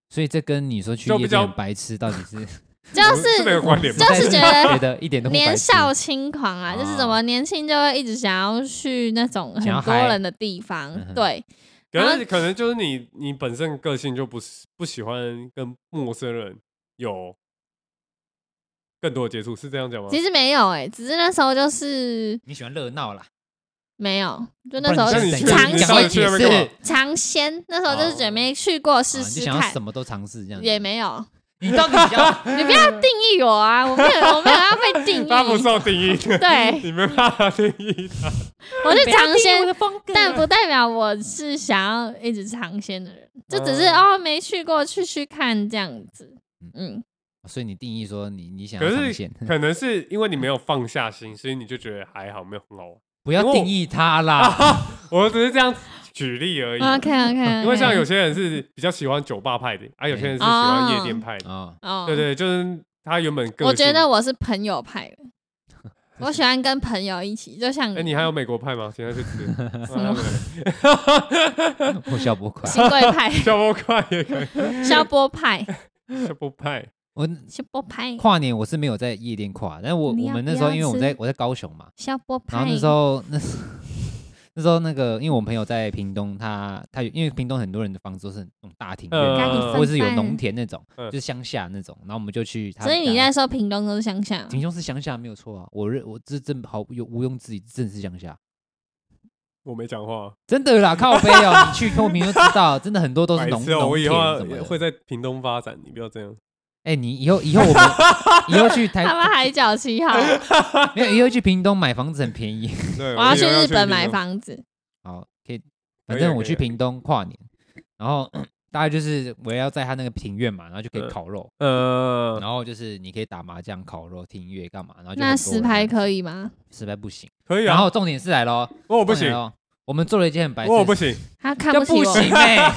[laughs] 所以这跟你说去就夜比较店很白痴到底是 [laughs] 就我是是没有关联吧，就是 [laughs] 觉得觉得一点都不白痴年少轻狂啊，就是怎么啊年轻就会一直想要去那种很想要多嗨人的地方嗯哼，对，可然是后可能就是你你本身个性就不是不喜欢跟陌生人有更多的接触，是这样讲吗？其实没有哎、只是那时候就是你喜欢热闹啦，没有，就哦不那时然候像你你是去怎样尝你讲话上鲜次去解那释边干嘛？尝鲜，那时候就是哦准备去过试啊你试想要看什，么都尝试这样子。也没有。你到底要你不要定义我啊，我没有，我没有要被 [laughs] 定他不义。受定义， [laughs] 对你没办法定义他。我去尝鲜，风格但不代表我是想要一直尝鲜的人，就只是哦哦没去过去去看这样子。嗯，所以你定义说你你想要可上是线，可能是因为你没有放下心，所以你就觉得还好，没有很好玩。不要定义它啦。我只是这样举例而已。啊 OK OK，啊因为像有些人是比较喜欢酒吧派的，啊，有些人是喜欢夜店派的。啊，哦，对，对，就是他原本个性我觉得，我是朋友派的，我喜欢跟朋友一起，就像哎，你还有美国派吗？现在去 [laughs] 吃啊么 [laughs] [laughs] 我笑不快。新贵派、消波派也可以，消波派、消波派我消波派、跨年我是没有在夜店跨，但我你我要们不那时候要因为我吃在我在高雄嘛，消波派。然后那时候那那时候那个，因为我朋友在屏东，他他有因为屏东很多人的房子都是那种大庭院，嗯家里呃分或者是有散农田那种，嗯就是乡下那种。然后我们就去他家，所以你在说屏东都是乡 [laughs] 下，屏东是乡下没有错啊，我认我这真毫有毋庸置疑，真的是乡下，我没讲话，啊真的啦，靠背哦，你去透明就知道，真的很多都是白农痴哦农我以田后什么要的。会在屏东发展，你不要这样。哎、你以后以后我们以后去台 [laughs] 他们海角七 [laughs] 号，没有以后去屏东买房子很便宜。对，我要去以后日本屏买东。房子，好，可以，可反以啊正可我以去啊屏东跨年，然后大概就是围绕在他那个庭院嘛，然后就可以嗯烤肉，呃，然后就是你可以打麻将、烤肉、听音乐干嘛，然后啊就那很多实人拍这样可以吗？子，实拍不行。可以啊。然后重点是来咯，我不重行点来，咯，我们做了一件很白痴的我事，不行， [laughs] 他看就不起不我，行哎、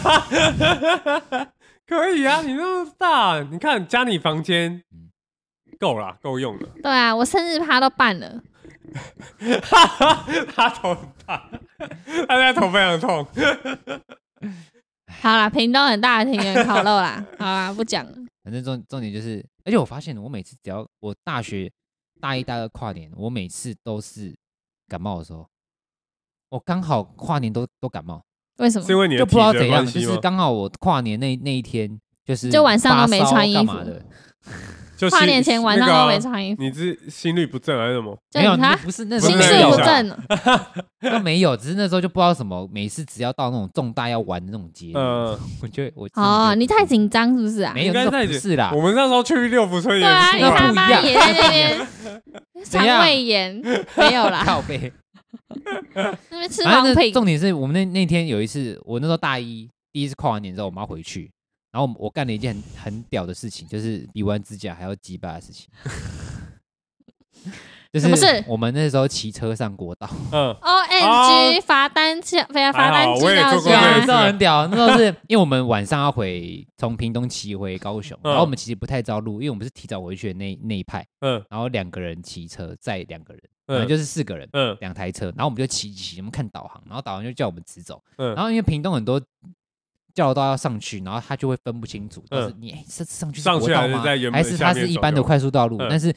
可以啊，你那么大，你看加你房间嗯够啦，够用了。 [laughs] [laughs] 对啊，我生日趴都办了，他头很大，他现在头非常 [laughs] 痛。好啦，屏东很大的庭园烤 [laughs] 肉啦，好啦，不讲了，反正重重点就是，而且我发现我每次只要我大学大一大二跨年，我每次都是感冒的时候，我刚好跨年都都感冒，为什么是？因为你的就不体知道质的怎样，关就系是吗？刚好我跨年那那一天就是就晚上都没发烧穿衣干服嘛的，就跨心年前晚上那个啊都没穿衣服，你是心律不正还是什么？就没有，那他不是那时候心不是事没有不那啦， [laughs] 正，哦那没有，只是那时候就不知道什么，每次只要到那种重大要玩的那种节日，嗯，我就会我真的哦，就你太紧张是不是啊？没应有，该那时太候不紧是啦，我们那时候去六福村也对啊，你是他啊，妈不一样也在那边怎肠样胃炎， [laughs] 没 [laughs] 有啦，靠背。那边吃反黄正那品，重点是我们那那天有一次，我那时候大一第一次跨完年之后，我妈回去，然后我我干了一件很很屌的事情，就是比完指甲还要鸡巴的事情。就什么事是我们那时候骑车上国道，嗯， O N 哦 G 罚单下，非要罚还好单我寄也到做过对这啊，那个家时候很屌。那时候是因为我们晚上要回从屏东骑回高雄，嗯然后我们其实不太招路，因为我们是提早回去的那那一派，嗯然后两个人骑车载两个人，嗯反正就是四个人，嗯两台车，然后我们就骑骑，骑我们看导航，然后导航就叫我们直走，嗯然后因为屏东很多教道要上去，然后他就会分不清楚，嗯就是你哎这上去是上国去道还是吗在原还本是下它面是一走般的就好快速道路，嗯但是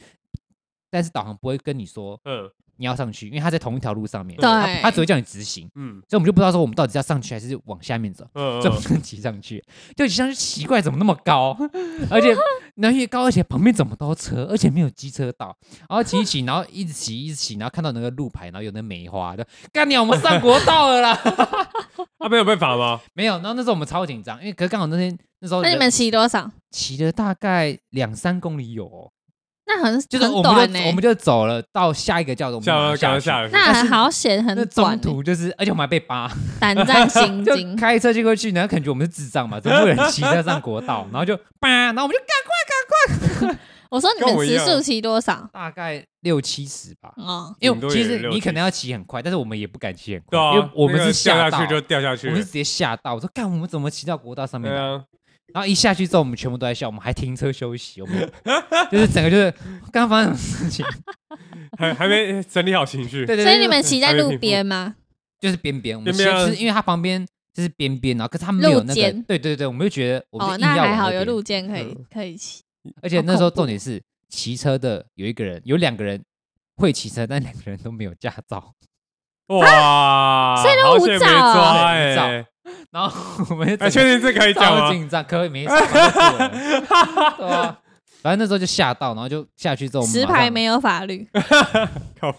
但是导航不会跟你说嗯你要上去，因为它在同一条路上面，对它它只会叫你直行，嗯所以我们就不知道说我们到底是要上去还是往下面走。嗯就不能骑上去，就骑上去奇怪，怎么那么高？ [laughs] 而且那越高，而且旁边怎么都有车，而且没有机车道，然后骑一骑，然后一直骑一直骑，然后看到那个路牌，然后有那梅花，就干你啊，我们上国道了啦！ [laughs] 他啊没有被罚吗？没有，然后那时候我们超紧张，因为可是刚好那天那时候那你们人骑多少？骑了大概两三公里有、哦，那很就是我们很短欸就、呢、我们就走了到下一个叫我们下马了上刚刚去下了，那很好险，很那短中欸呢、途就是，而且我们还被扒。胆战 [laughs] 心就惊。开车就过去，然后感觉我们是智障嘛，怎么会有人骑车上国道？然后就叭，然后我们就干我说你跟我们一时样速骑多少？大概六七十吧。哦，因顶多为也其实六你七可能要骑很快，但是我们也不敢骑很快，对啊，因为我们那个是掉吓到下去，就掉下去我们是了直。接吓到。我说干，我们怎么骑到国道上面对来？啊，然后一下去之后，我们全部都在笑，我们还停车休息，[laughs] 我们就是整个就是刚刚发生什么事情？还 [laughs] 还没整理好情绪。嗯对对对，所以就你是们骑在还没路平复边吗？就是边边，我们边边啊其实因为它旁边就是边边，啊然后可是它没有那路个，肩对对对，我们就觉得我们哦，就硬那要还往好那有边嗯路肩可以可以骑。而且那好时候恐怖重点是骑车的有一个人，有两个人会骑车，但两个人都没有驾照。 [laughs] 哇，所以都好无险没照啊抓对无照哎，然后我们就哎，整确个定这可以讲超吗？紧张，可以没事，管得住了对啊。反正那时候就吓到，然后就下去之后，我们实马上牌没有 [laughs] 法律，靠，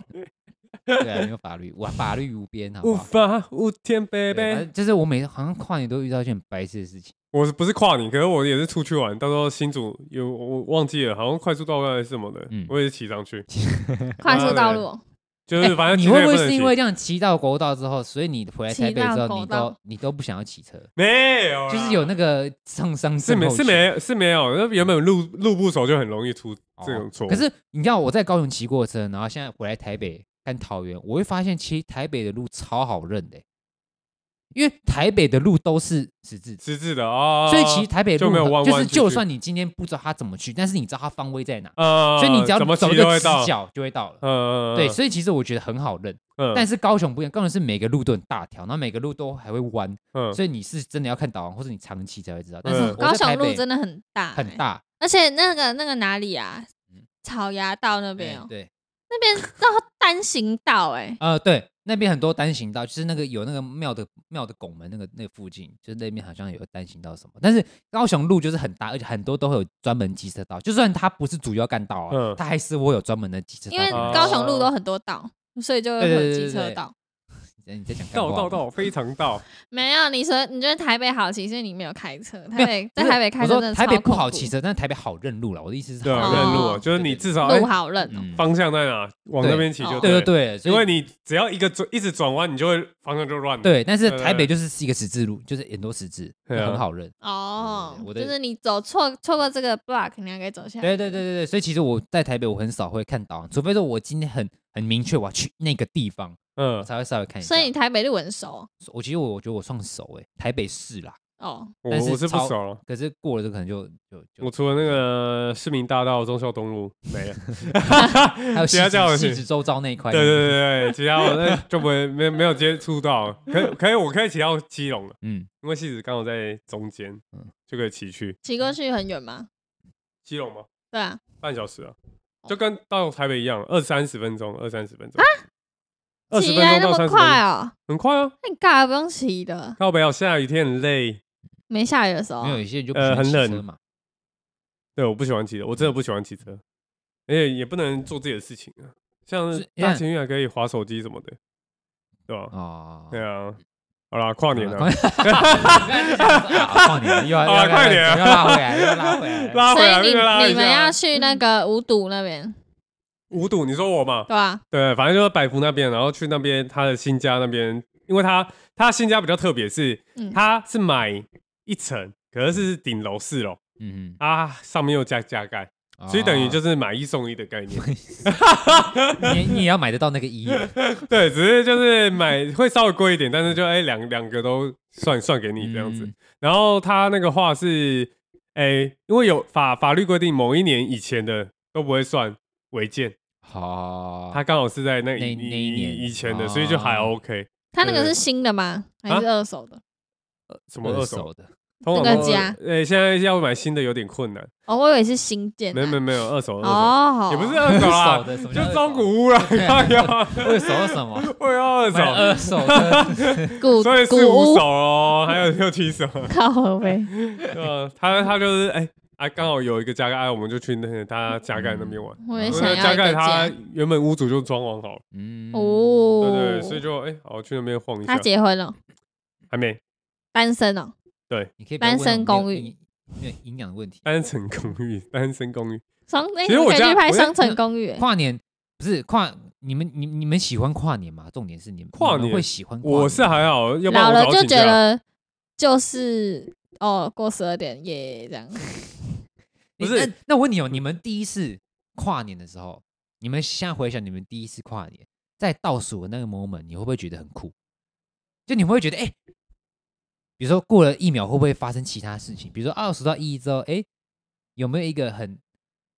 对啊，没有法律，哇，法律无边，好不无 [laughs] 好？法无天对反，baby。正就是我每好像跨年都遇到一件很白痴的事情，我是不是跨你？可是我也是出去玩，到时候新竹有我忘记了，好像快速道路还是什么的，嗯我也是骑上 [laughs] 去，快速道路，就是反正哎你骑车会也不会能是因骑为这样骑到国道之后，所以你回来台北之骑后，到国你道都你都不想要骑车，没有啦，就是有那个创伤是症没候是群没是没有，那原本路路不熟就很容易出这种错。哦可是你知道我在高雄骑过车，然后现在回来台北跟桃园，我会发现其实台北的路超好认的欸、因为台北的路都是十字的，实质的啊，所以其实台北的就路没有很弯弯就是曲曲就算你今天不知道它怎么去，但是你知道它方位在哪，呃，所以你只要怎么走骑一都个会直到，角就会到了。呃，对，所以其实我觉得很好认，嗯但是高雄不一样，高雄是每个路都很大条，然后每个路都还会弯，嗯所以你是真的要看导航或者你长期才会知道。但嗯是哦高我在雄台路北真的很大、欸很，大，而且那个那个哪里啊？草衙道那哎边哦，对，那边都单行道哎、呃，对，那边很多单行道，就是那个有那个庙的庙的拱门那个那个附近，就是那边好像有个单行道什么。但是高雄路就是很大，而且很多都会有专门机车道，就算它不是主要干道啊，嗯它还是会有专门的机车道啊可因以为走。高雄路都很多道，所以就会对对有对对机车对道。你在讲干到话到吗 [laughs] 到，非常到。没有，你说你觉得台北好骑，是因为你没有开车。台没有北不在是台北开我车说真的台北超不恐好怖骑车，但是台北好认路了。我的意思是对好啊，哦认认路，路就是你对对对至少哎路好认哦。嗯，方向在哪，往对那边骑就哦对了对对，所因以为你只要一个转，一直转弯，你就会方向就乱了。对，但是对对台北就是一个十字路，就是很多十字，嗯对啊很好认。哦嗯对对对我，的就是你走错错过这个 block，你还可以走下来。对对对对对，所以其实我在台北我很少会看导航，除非说我今天很很明确我要去那个地方，我嗯，才会稍微看一下。所以你台北路很熟我其实我我觉得我算熟诶、台北市啦，哦，我但是我是不超熟了。可是过了这可能就就就我除了那个市民大道、忠孝东路没了， [laughs] 还 [laughs] 有其他汐这样止的汐是止周遭那一块，对对对对，其他我那就不会没没有接触 [laughs] 到，可可以我可以骑到基隆了，嗯，因为戏子刚好在中间嗯，就可以骑去骑过去很远吗？基隆嘛，对啊，半小时啊，哦就跟到台北一样，二三十分钟，二三十分钟二十骑分啊来钟到那么三十分快钟，哦，很快啊。那你干嘛不用骑的？靠北啊，下雨天很累，没下雨的时候没有啊，有些人就不呃喜欢很骑冷车嘛，对，我不喜欢骑车，我真的不喜欢骑车，而且也不能做自己的事情啊，像是大情侣还可以划手机什么的，对吧？哦，对啊，好啦，跨年好了，了 [laughs] 跨年又要好了又要快点啊又要拉回来，又要拉回来，拉回所来，这以个拉你回你们来要去嗯那个五堵那边，五堵，你说我嘛？对吧？对，反正就是百福那边，然后去那边他的新家那边，因为他他新家比较特别，是嗯他是买一层，可是是顶楼四楼嗯啊，上面又加加盖，嗯，所以等于就是是买一送一的概 [laughs] 念。哦你你也要买得到那个一，对，只是就是买会稍微贵一点，但是就哎两两个都算算给 [laughs] 你这样子。嗯然后他那个话是，哎，因为有法法律规定，某一年以前的都不会算违建，好，他刚好是在那哦那一那一年以前的，所以就还哦 OK。它那对个啊是新的吗？还是二手的？什么二二手？[laughs] 手的，通常那个都家呃，现在要买新的有点困难，哦，我以为是新建没有的。没有没有，二手二哦手，，也不是二手二啦手，的什么叫啊二就手中古屋啦，看呀，二手是什么？我要 [laughs] 二买手，二手 [laughs] 的，古所以是古五屋手哦，还有六七手，靠呗。呃，他他就是哎啊，刚好有一个加盖，啊我们就去那个他加盖那边玩。我也因想为要加一个盖他家。原本屋主就装潢好了，嗯，哦，对对，所以就哎，好去那边晃一他下，结婚了，还没单身哦。你可以不要问单身那种公没有寓营，没有营养的问题。单层公寓，单层公寓，双，哎其实你我可以家去拍我《家嗯双城公寓》欸。跨年不是跨，你们你你们喜欢跨年吗？重点是你们跨你们年会喜欢跨年吗，我是啊还好，要不然老我了早就请觉假得就是哦，过十二点耶这样。不你是那那我问你哦，你们第一次跨年的时候，你们现在回想你们第一次跨年，在倒数的那个 moment，你会不会觉得很酷？就你会不会觉得，哎、比如说过了一秒，会不会发生其他事情？比如说二数到一之后，哎、有没有一个很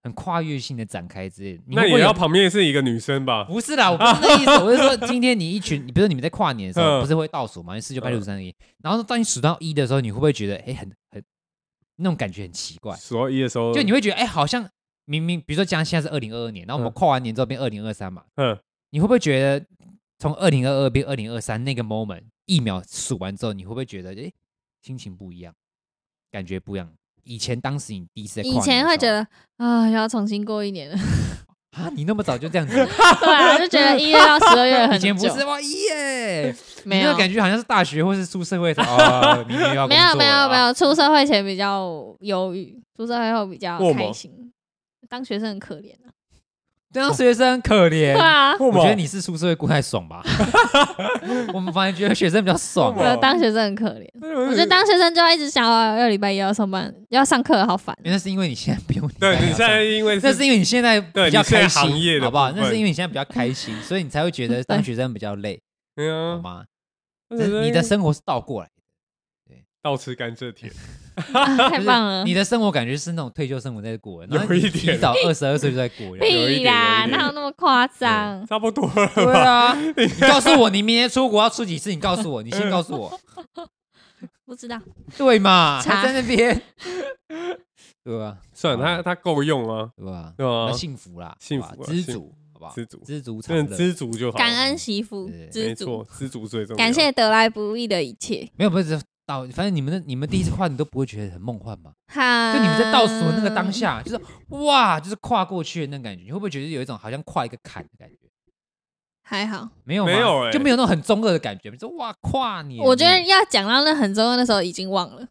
很跨越性的展开之类的？你那会不会也有要旁边是一个女生吧？ [laughs] 不是啦，我不是那意思，我是说今天你一群，你比如说你们在跨年的时嗯候，不是会倒数嘛？四九八嗯六三一，然后当你数到一的时候，你会不会觉得哎、诶很很那种感觉很奇怪？数到一的时嗯候，就你会觉得哎、诶好像明明比如说讲现在是二零二二年，然后我们嗯跨完年之后变二零二三嘛，嗯，你会不会觉得从二零二二变二零二三那个 moment 一秒数完之后，你会不会觉得哎、诶心情不一样，感觉不一样？以前当时你第一次在跨以年的前时会候觉得啊，又要重新过一年 [laughs] 了。啊，你那么早就这样子，对啊，就觉得一月到十二月以很前久。不是哇耶。没那有个感觉好像是大学或是出社会才哦，明年又要没工作有没有了没啊，有，出社会前比较忧郁，出社会后比较为什么开心。当学生很可怜啊。这样学生很可怜对。啊，我我觉得你是出社会过太 [laughs] 爽吧，我们反而觉得学生比较爽为什啊。么对，当学生很可怜。我我觉得当学生就要一直想要要礼拜一要上班，要上课，好烦。啊那是因为你现在不用，对你现 [laughs] 在因为那是因为你现在对比你较现在开心，行业的好不好？部分那是因为你现在比较 [laughs] 开心，所以你才会觉得当学生比较累，对好啊，吗？那但只是是你的生活是倒过来，倒吃甘蔗甜，啊 [laughs] 太就是棒了你！的生活感觉是那种退休生活在过，然后有一你点提早二十二岁就在过，有一屁点啦，有一点哪有那么夸张？差不多了嗯对 [laughs] 吧？啊，你告诉我你明年出国要出几次？你告诉我，你先告 [laughs] 诉我，不知道，对嘛？查还在那 [laughs] 边，对吧？算了，他他够用啊，啊对吧？对吧那？幸福啦，幸好吧福啊知幸足，好不不好？知足，知足常真乐，的知足就好了。感恩惜福对，知没足错，，知足最重要。感谢得来不易的一切。没有，不是倒，反正你们的你们第一次画，你都不会觉得很梦幻吗？哈，就你们在倒数的那个当，下，就是哇，就是跨过去的那种感觉，你会不会觉得有一种好像跨一个坎的感觉？还好。没有吗，没有欸就没有那种很中二的感觉。你说哇，跨年，我觉得要讲到那很重要，那时候已经忘了，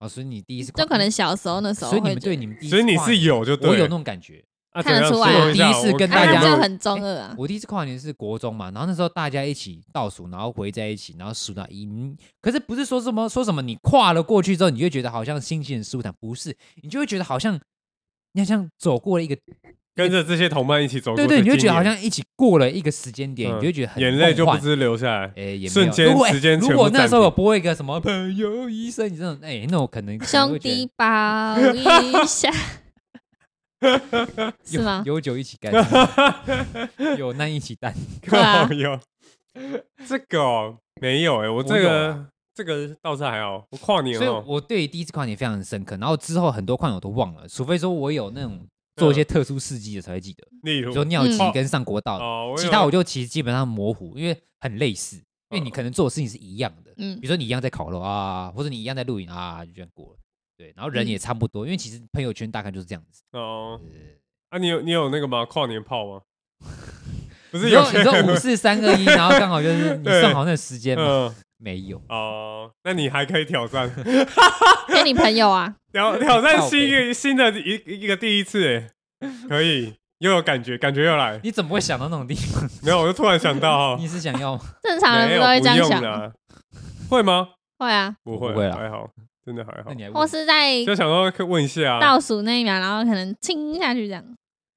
哦，所以你第一次跨就可能，小时候那时候所以你会们觉对得，你们第一次所以跨你年，是有就对我了，有那种感觉。啊看得出来啊怎样说一下我第一次跟我大看家有哎啊没那有就很中二啊。我第一次跨年是国中嘛，然后那时候大家一起倒数，然后围在一起，然后数到一。你可是不是说什么说什么你跨了过去之后，你就觉得好像心情很舒坦，不是，你就会觉得好像你好像走过了一个，跟着这些同伴一起走过对这对，经验，你就觉得好像一起过了一个时间点，嗯你就会觉得很眼泪就梦不幻知流下来。哎、也没有瞬间如果哎时间全部如果那时候暂有播一个什么朋友一生，你这种哎、那我可能兄弟抱一下，是吗？ [laughs] 有酒一起干， [laughs] 有难一起担。对啊靠腰这个哦没有哎，我这我有个啊这个倒是还好，我跨年所以哦，我对第一次跨年非常深刻，然后之后很多跨年我都忘了，除非说我有嗯那种做一些特殊事迹的才会记得，例比如如说尿急嗯跟上国道，哦，其他我就就其实基本上模糊，因为很类似，因为你可能做的事情是一样的，嗯比如说你一样在烤肉啊，或者你一样在露营啊，就这样过了。对，然后人嗯也差不多，因为其实朋友圈大概就是这样子。哦对对对啊，你有你有那个吗？跨年炮 [laughs] 吗？不是你有说些你说五四三二一，然后刚好就是 [laughs] 你对算好那个时间吗？嗯没有，哦，那你还可以挑 [laughs] 战，跟你朋友啊，挑挑战靠新一个新的一一个第一次 [laughs] 哎，可以又有感觉，感觉又来，你怎么会想到那种地方？没有我就突然想 [laughs] 到 [laughs] 哦你是想要吗？正常人没有不都会不这样用哦想吗，啦， [laughs] 会吗？会啊，不会，不会啦还好，真的还好那。你还问或是在就想说可以问一下啊，倒数那一秒，然后可能亲下去这样。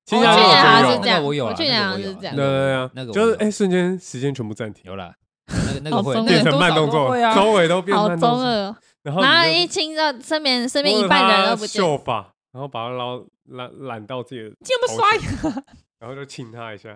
亲我家去年那好像个是有这样，那我有啊去年好像那个我是有啊这样对。对对那个对，就我是有哎，瞬间时间全部暂停，有啦，那个那个好会中那二个变成多慢少动都作会，啊，周围都变好慢中动作，二哦，然后然后你一就亲到身边身边握一着半的人他都不哦见了，秀发，然后把他捞揽揽到自己的，这么刷牙然后就亲他一下，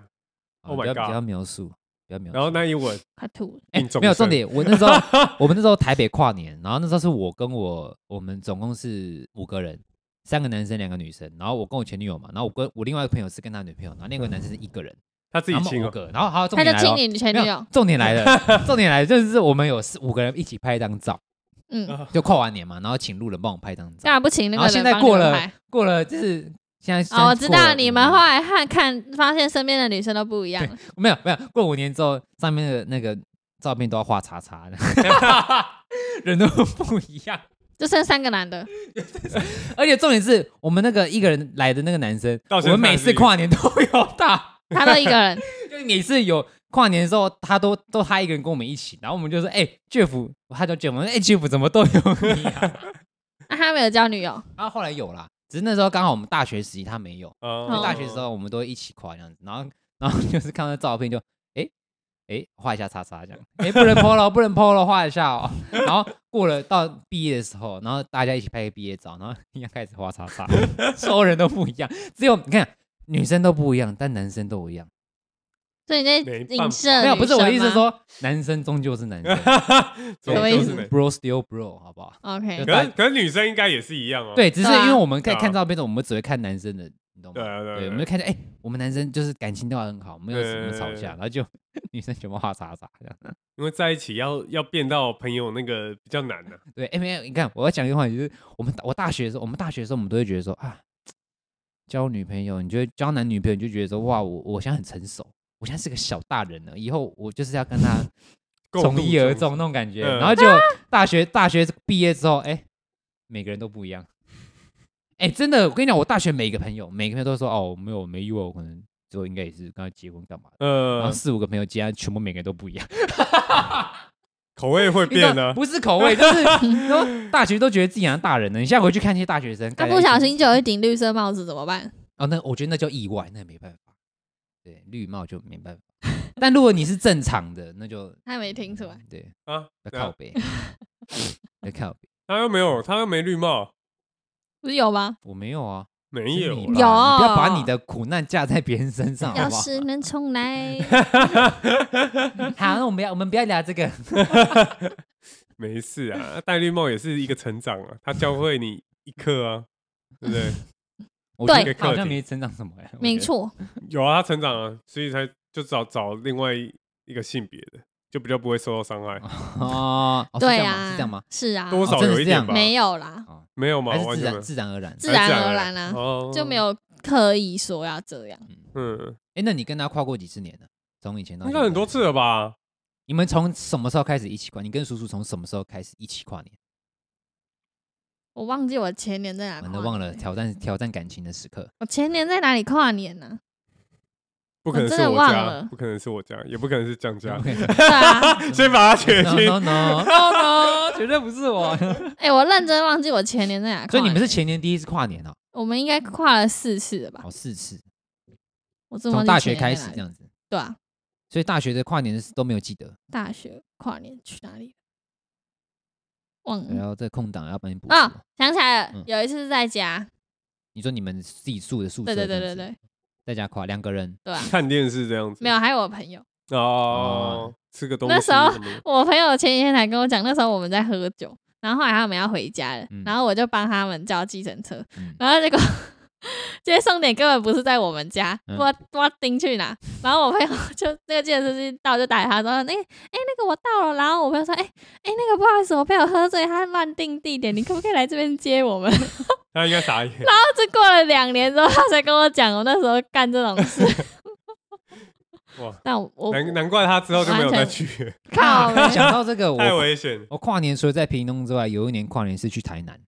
哦 Oh 不 my 要 God 不要描述，不要描述。然后那一吻，快吐了。哎命中没有率重点，我那时候我们那时候台北跨年，然后那时候是我跟我我们总共是五个人，三个男生两个女生，然后我跟我前女友嘛，然后我跟我另外一个朋友是跟他女朋友，然后另外一个男生是一个人，他自然己后我亲们五了，个，然后好重他就点来亲了，你前没女有友，重点来了，重点来了，就是我们有四五个人一起拍一张照，嗯，就跨完年嘛，然后请路人帮我拍一张照干，嘛不请那然个后人现在帮你过们了拍过了就是现在现在哦，我知过了嗯道你们五后年来看看发现身边的女生都不一样了，没有没有，过五年之后，上面的那个照片都要画叉 [laughs] 叉的，人都不一样。就剩三个男的，而且重点是我们那个一个人来的那个男生，到我现在们每次跨年都有他，他都一个人，就是每次有跨年的时候，他都都他一个人跟我们一起，然后我们就说：“哎、，Jeff，他叫 Jeff，我们说哎、j e f f 怎么都有你啊 [laughs] 那他没有交女友，？”然后后来有啦，只是那时候刚好我们大学时期他没有，哦就大学的时候我们都会一起跨这样子，然后然后 [laughs] 就是看到照片就哎哎画一下叉叉这样，哎不能 PO 了不能 PO 了画一下哦， [laughs] 然后过了到毕业的时候，然后大家一起拍个毕业照，然后一样开始画叉叉， [laughs] 所有人都不一样，只有你看女生都不一样，但男生都一样，所以你在没办法影射没有不是我的女意思生是吗说男生终究是男生总什么就意是思没，bro still bro 好不好？ ，OK，可是可是女生应该也是一样哦，对，只是对啊因为我们看对啊看照片的时候，我们只会看男生的，你懂吗对？啊对啊对，对我啊们就看见，哎、我们男生就是感情都还很好，没有什么对吵对对架，然后就 [laughs] 女生全部画叉叉这样。因为在一起要要变到朋友那个比较难啊呢、对，哎、没有，你看我要讲一句话，就是我们我大学的时候，我们大学的时候，我们都会觉得说啊，交女朋友，你就会交男女朋友，你就觉得说哇，我我现在很成熟，我现在是个小大人了，以后我就是要跟他 [laughs] 共从度一而终终那种感觉。嗯然后就大学大学毕业之后，哎、每个人都不一样。哎、真的，我跟你讲，我大学每个朋友，每个朋友都说哦，没有我没遇过，我可能之后应该也是跟他结婚干嘛的。然后呃，四五个朋友竟然全部每个人都不 [laughs] 一样，口味会你知道变呢、不是 [laughs] 口味，就是你说大学都觉得自己好像大人了，你现在回去看那些大学生，他大家不一起小心就有一顶绿色帽子怎么办？哦，那我觉得那叫意外，那也没办法，对，绿帽就没办法。 [laughs] 但如果你是正常的，那就嗯他没听出来，，对，啊。啊，要对靠啊 [laughs] 背，要靠背，他又没有，他又没绿帽，不是有吗？我没有啊，没是有你啦吧你不要把有你的苦难架在别人身上，好要不好？是能重 [laughs] 来，好，那我们要我们不要聊 [laughs] 这个，没事啊，戴绿帽也是一个成长啊，他教会你一课啊，对不对？我觉对得一个他好课像题没成长什么、欸。我没觉得，错，有啊，他成长啊，所以才就找找另外一个性别的，就比较不会受到伤害。哦，哦是这对样吗啊，是这样吗？是啊，多哦少真的有是一这点样吧？没有啦，哦，没有吗？还是完全自没有然自然而然。自然而然啊啦哦就没。有刻意说要这样。嗯，哎、那你跟他跨过几次年呢？从以前到应现该在很多次了吧？你们从什么时候开始一起跨？你跟叔叔从什么时候开始一起跨年？我忘记我前年在哪跨完年了，忘了挑战挑战感情的时刻。我前年在哪里跨年 [laughs] 呢、不可能我是真的我忘家了，不可能是我家，也不可能是江家。 [laughs] 对啊， [laughs] 先把它撇 no 清。 no no no 哦 no，绝对不是 [laughs] 我。哎、我认真忘记我前年在哪跨年。所以你们是前年第一次跨年哦，我们应该跨了四次了吧？好四 [laughs] 次，我真的从忘记大前学年在开哪始里这样子。对啊，所以大学的跨年都没有记得，大学跨年去哪里？忘然了后这空档要帮你补足。嗯啊、想起来了，啊嗯有一次是在家，你说你们自己住的宿舍，对对对对，对在家跨两个人，对啊，看电视这样子，没嗯有，还有我朋友，哦，吃个东西那时候什么的我朋友前几天才跟我讲，那时候我们在喝酒，然后后来他们要回家了，嗯然后我就帮他们叫计程车，嗯，然后结果接送点根本不是在我们家，嗯我我盯去哪？然后我朋友就那个计程车司机到就打给他说，哎、哎、那个我到了。然后我朋友说，哎、哎、那个不好意思，我朋友喝醉，他乱定地点，你可不可以来这边接我们？然 [laughs] 后他应该傻眼。这过了两年之后，他才跟我讲，我那时候干这种事。哇，但我我难难怪他之后就没有再去， [laughs] [laughs] 靠啊想到这个，太我危险。我跨年除了在屏东之外，有一年跨年是去台南，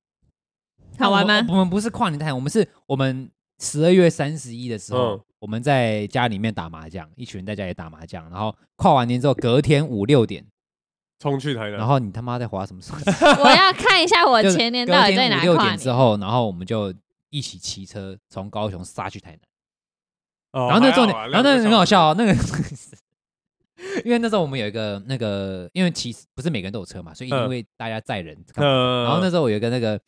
好玩吗我们？我们不是跨年台，我们是我们十二月三十一的时候，嗯我们在家里面打麻将，一群人在家里打麻将，然后跨完年之后隔天五六点，冲去台南，然后你他妈在划什么手机？我要看一下我就是前年隔到底在天哪五六跨点之年。后，然后我们就一起骑车从高雄杀去台南。哦然后那个重点，还好啊然后那个两很好小笑时哦，那个因为那时候我们有一个那个，因为骑不是每个人都有车嘛，所以因嗯为大家载人，呃，然后那时候我有一个那个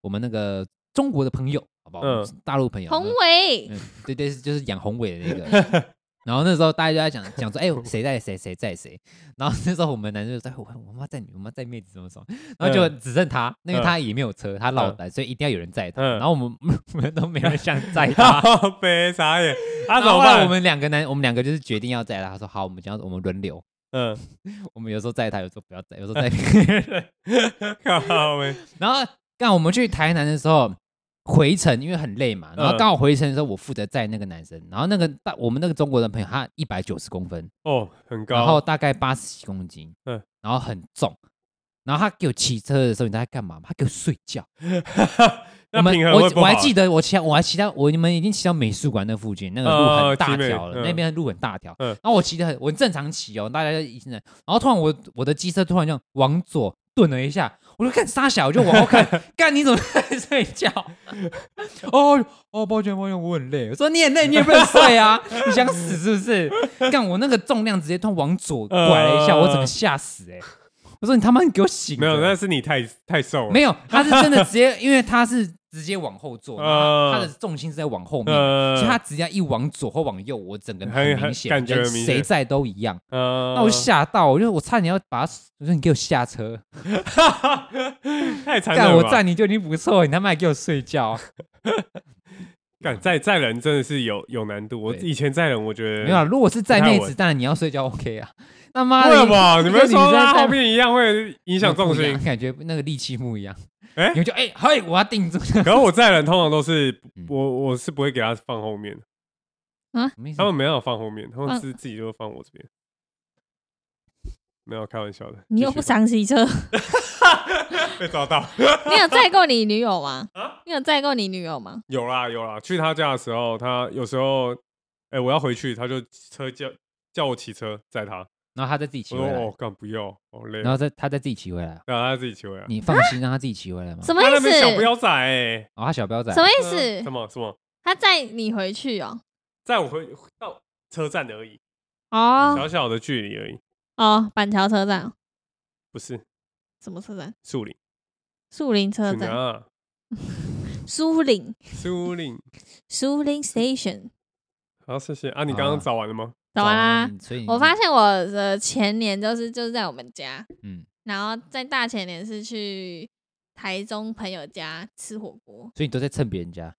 我们那个中国的朋友，好不好？嗯我们大陆朋友，宏伟，嗯，对对，就是养宏伟的那 [laughs] 个。然后那时候大家就在讲讲说，哎、谁在谁谁在谁。然后那时候我们男生就在我我妈在你，我妈在妹子怎么怎么。然后就嗯只剩他，那个他也没有车，他老来，所以一定要有人载他。嗯然后我们 [laughs] 我们都没有人想 [laughs] 载他。他被傻眼，他然怎后么后来办？我们两个男，我们两个就是决定要载他。他说好，我们这样，我们轮流。嗯，我们有时候载他，有时候不要载，有时候载别人。 [laughs] 靠呗，然后刚我们去台南的时候回程，因为很累嘛，然后嗯刚好回程的时候，我负责载那个男生，然后那个大我们那个中国的朋友，他一百九十公分，哦，很然后高，大概八十几公斤，嗯嗯，然后很重。然后他给我骑车的时候，你知道他干嘛吗？他给我睡觉。我那们平衡我会不我好啊还记得我骑到我还骑到我你们已经骑到美术馆那附近，那个路很呃大集美条了，嗯那边的路很大条。嗯然后我骑得很我正常骑哦，大家就一直在，然后突然我我的机车突然这样往左顿了一下，我就看傻小，我就往 [laughs] 后看，干你怎么在睡觉？ [laughs] 哦哦，抱歉抱歉，我很累。我说你很累，你也不能睡啊，你想死是不是？干我那个重量直接突然往左拐了一下，呃我整个吓死哎、我说你他妈你给我醒着！没有，那是你太太瘦了，没有，他是真的直接，因为他是直接往后 [laughs] 坐，然后他他呃的重心是在往后面，呃，所以他只要一往左或往右，我整个很很明很显，感觉跟很明谁显在都一样。呃，那我吓到，我就我差点要把他，我说你给我下车，太残忍干了我吧，载你就已经不错了，你他妈还给我睡觉。干载载人真的是有有难度，我对以前载人我觉得没有啊，如果是载不太妹稳子，当然你要睡觉 OK 啊。他妈为的，什么？一你个们女说生他在后面一样会影响重不一样心？感觉那个力气不一样。哎你们就哎嘿，我要定住。 [laughs] 可是我载人通常都是嗯我我是不会给他放后面，什么意思他们没办法放后面，他啊放们是自己就会放我这边。没有开玩笑的，你又继不续想骑车， [laughs] [laughs] 被抓到？你有载过你女友吗？啊你有载过你女友吗？有啦有啦，去他家的时候，他有时候哎、我要回去，他就车叫叫我骑车载他，然后他再自己骑我回说来哦，，干不要，好累，然然后再他再自己骑回来。后他自己骑回来。你放心让他自己骑回来吗？什么啊他意那思？边小不什要仔哎、哦，他小彪仔。么意呃思什？么什么，他载你回去哦。载我回到车站而已，哦小小的距离而已，哦，板桥车站哦，不是什么车站？树林，树林车树林站，啊，苏林，树林。苏林 Station。好，谢谢啊！你刚啊刚找完了吗？走完啦你！啊所以你哦我发现我的前年就是就是在我们家，嗯，然后在大前年是去台中朋友家吃火锅， [laughs] 所以你都在蹭别人家。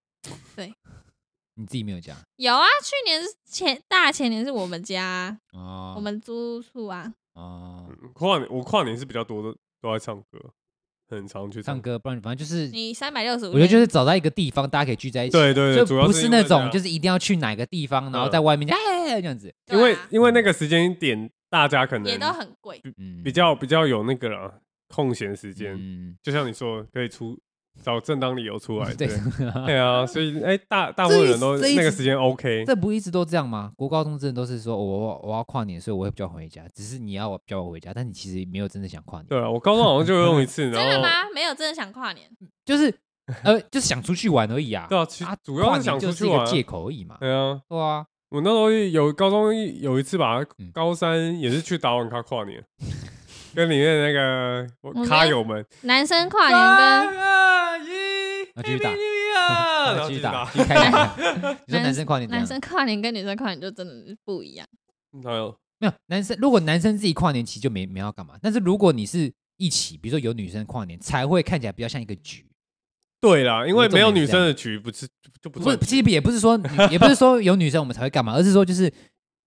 你自己没有加有啊，去年是前大前年是我们家啊、哦，我们租处啊，哦，嗯跨年我跨年是比较多的，都在唱歌，很常去唱歌。歌，不然反正就是，你三百六十五，我觉得就是找到一个地方，大家可以聚在一起，对对对，主就要不是因那为这种样就是一定要去哪个地方，然后嗯在外面哎这样子，对啊因为因为那个时间点，大家可也能都很贵，嗯，比较比较有那个了空闲时间，嗯，就像你说，可以出找正当理由出来，对 [laughs] 对，对啊，所以哎，大大部分人都这一那个这一时间 OK，这不一直都这样吗？国高中真的都是说我我我要跨年，所以我会比较回家，只是你要我比较回家，但你其实没有真的想跨年，对啊，我高中好像就用一 [laughs] 次，然真的后吗？没有真的想跨年，就是呃就是想出去玩而已啊，对啊，其啊，主要跨是年想就出是去一个玩啊，借口而已嘛，对啊，对啊，我那时候有高中有一次吧嗯，高三也是去达文卡跨年，跟里面那个我们咖友们，男生跨啊年跟二一，那继续打 Happy New [laughs] 那 Year，然后继继续续打，打，继续开打。你说男生跨年怎男样？生跨年跟女生跨年就真的是不一样，还有没有男生，如果男生自己跨年其实就没没要干嘛，但是如果你是一起，比如说有女生跨年，才会看起来比较像一个局。对啦，因为没有重点女是这生样的局不是就不不是算，其实也不是说 [laughs] 也不是说有女生我们才会干嘛，而是说就是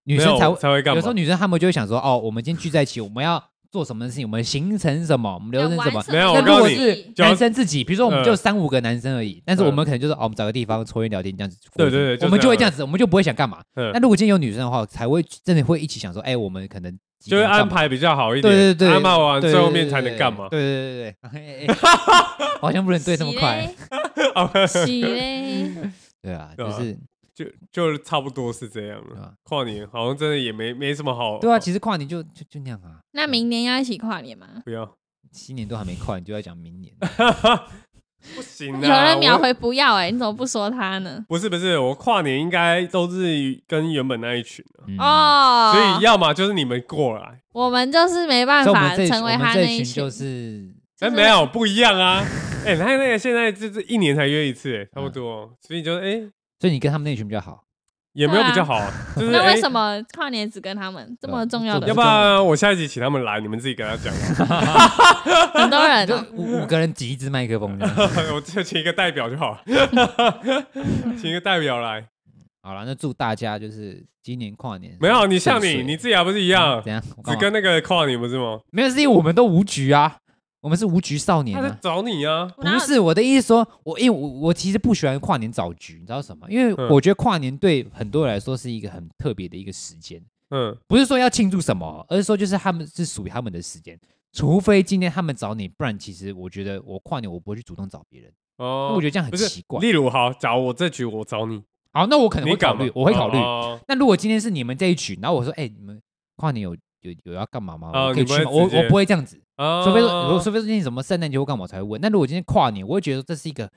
女没生有才会才会干有嘛时候？女生她们就会想说，哦，我们今天聚在一起，我们要做什么事情，我们行程什么，我们流程要什玩么。没有那我如告诉果你是就要男生自己，比如说我们嗯就三五个男生而已，但是我们嗯可能就是哦，我们找个地方抽烟聊天这样子过对日子。对对就我们这就会样这样子，我们就不会想干嘛。嗯那如果今天有女生的话，才会真的会一起想说，哎，我们可能几就会点干安嘛排比较好一点，对对对，安排完对最后面才能干嘛？对对对 [laughs] 对对对，好像不能对那么快。 [laughs] 洗嘞，洗嘞，对啊，对就啊是就就差不多是这样对啊了。跨年好像真的也没没什么好，对啊，其实跨年就就就那样啊。那明年要一起跨年吗？不要，新年都还没跨，你就要讲明年。 [laughs] 不行有啊！人秒我回不要哎，你怎么不说他呢？不是不是，我跨年应该都是跟原本那一群的，嗯，哦，所以要么就是你们过来，我们就是没办所以我法们这一群成为我们他这那一群群，就是就哎，是没有不一样啊。 [laughs] 哎，他那个现在就是一年才约一次，哎，差不啊多，所以就哎所以你跟他们那一群比较好。也没有比较好，啊，就是那哎为，什么跨年只跟他们这啊么重要的要不然我下一集请他们来，你们自己跟他讲，很多人就哦？五五个人挤一支麦克风这样。我就请一个代表就好，请一个代表来。好了，那祝大家就是今年跨年没有，你像顺你遂你自己还不是一样怎，样？嗯我只干嘛跟那个跨年不是吗？没有，是因为我们都无局啊，我们是无局少年他在啊。找你啊，哪有不是我的意思说，我因为我我其实不喜欢跨年早局，你知道什么？因为嗯我觉得跨年对很多人来说是一个很特别的一个时间，嗯，不是说要庆祝什么，而是说就是他们是属于他们的时间。除非今天他们找你，不然其实我觉得我跨年我不会去主动找别人，因哦为我觉得这样很不是奇怪。例如，好，假如我这局我找你，好，那我可能你会考敢虑吗？，我会考虑。哦那如果今天是你们这一群，然后我说，哎，你们跨年有有有要干嘛吗？哦我可以你不去会吗？我直接我不会这样子。哦除非说，如果除非说今天什么圣诞节或干嘛，我才会问。那如果今天跨年，我会觉得这是一个，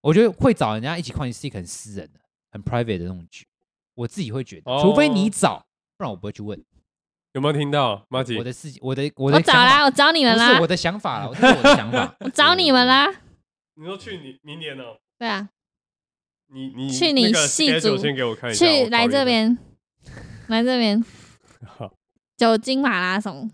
我觉得会找人家一起跨年是一个很私人的、很 private 的那种局。我自己会觉得，哦除非你找，不然我不会去问。有没有听到，马吉我？的事情，我的我我的找想啦，法我找你们不是啦我，的想法啦，这是我的想法。 [laughs] 我找你们啦。你说去你明年哦，对啊，你你去你那个戏组 schedule 先给我看一下，我考虑去一下来 [laughs] 这。边，来这边好，酒精马拉松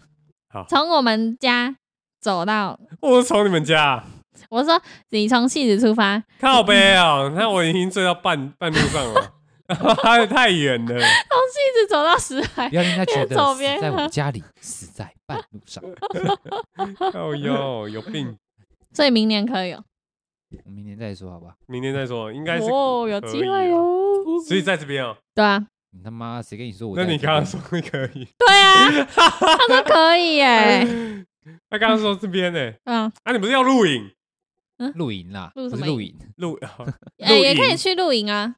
好，从我们家走到，我从你们家啊我说你从戏子出发，靠背啊，那我已经醉到半半路上了， [laughs] 还有太远了。从戏子走到石海不，要让人家 [laughs] 觉边走得死边在我喝家里，死在半路上。哦哟，有病！所以明年可以哦，我明年再说好吧？明天再说，应该是哦，有可机以会啊哦。所以在这边哦。对啊，你他妈谁跟你说我在那这你边？刚刚说可以，对啊，他说可以耶， [laughs] 他刚刚说这边呢？嗯，啊，你不是要录影？露营啦，不录什是么露营营，录，哎，露也可以营去露营啊，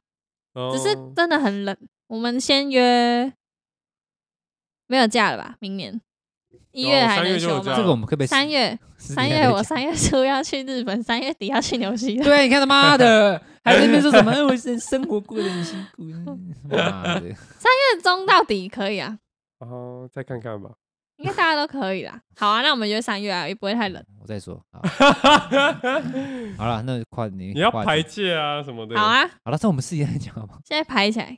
哦 [laughs] 只是真的很冷。我们先约，没有假了吧？明年一有月还哦三月能就休有假了吗这？个我们可不可以私三月，私底下三再月我 [laughs] 讲三月初要去日本，三月底要去纽西兰。对，你看他妈的，还在那边说什么？哎，我生生活过得很辛苦，妈的，月中到底可以啊，哦，再看看吧。应该大家都可以啦。好啊，那我们约三月啊，也不会 [laughs] 太冷。我再说。 [laughs] 好好了，那跨年你要跨排年界啊什么的。好啊，好了，这我们私底下再讲好不好？现在排起来。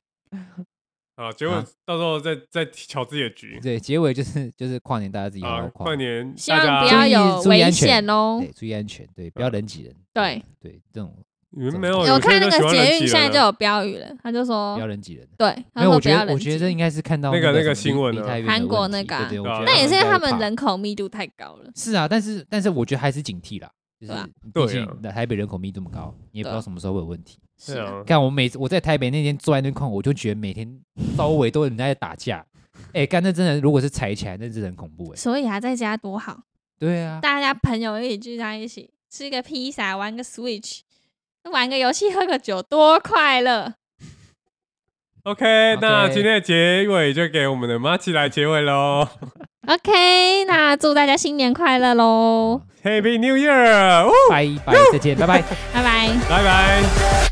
啊，结果啊到时候再再瞧自己的局 [laughs] 对，结尾就是就是跨年，大家自己好啊好，跨跨，年希大望家不要有危险哦对，注意安全，对，不要人挤人，对对，这种你们没哦有？有看那有些人个喜欢人捷挤运人现在就啊有标语了，他就说不要人挤人。对，没哦他有，说我不觉要得人我挤觉得应该是看到那个那个什么新闻离啊太远韩的国问那题个啊对对我对啊觉得那也是因为他应该们怕人口密度太高了。是啊，但是但是我觉得还是警惕啦，就是对啊毕对啊竟台北人口密度那么高，你也不知道对啊什么时候会有问题。是对啊啊，看我每次我在台北那天坐在那块，我就觉得每天周围都有人在打架。哎、干那真的，如果是踩起来，那真的很恐怖哎、所以啊，在家多好，对啊，大家朋友一起聚在一起，吃个披萨，玩个 Switch，玩个游戏，喝个酒，多快乐！ OK，那 OK 今天的结尾就给我们的马奇来结尾喽。 OK，那祝大家新年快乐喽！ Happy New Year！哦拜拜，再见，拜拜。拜拜。拜拜。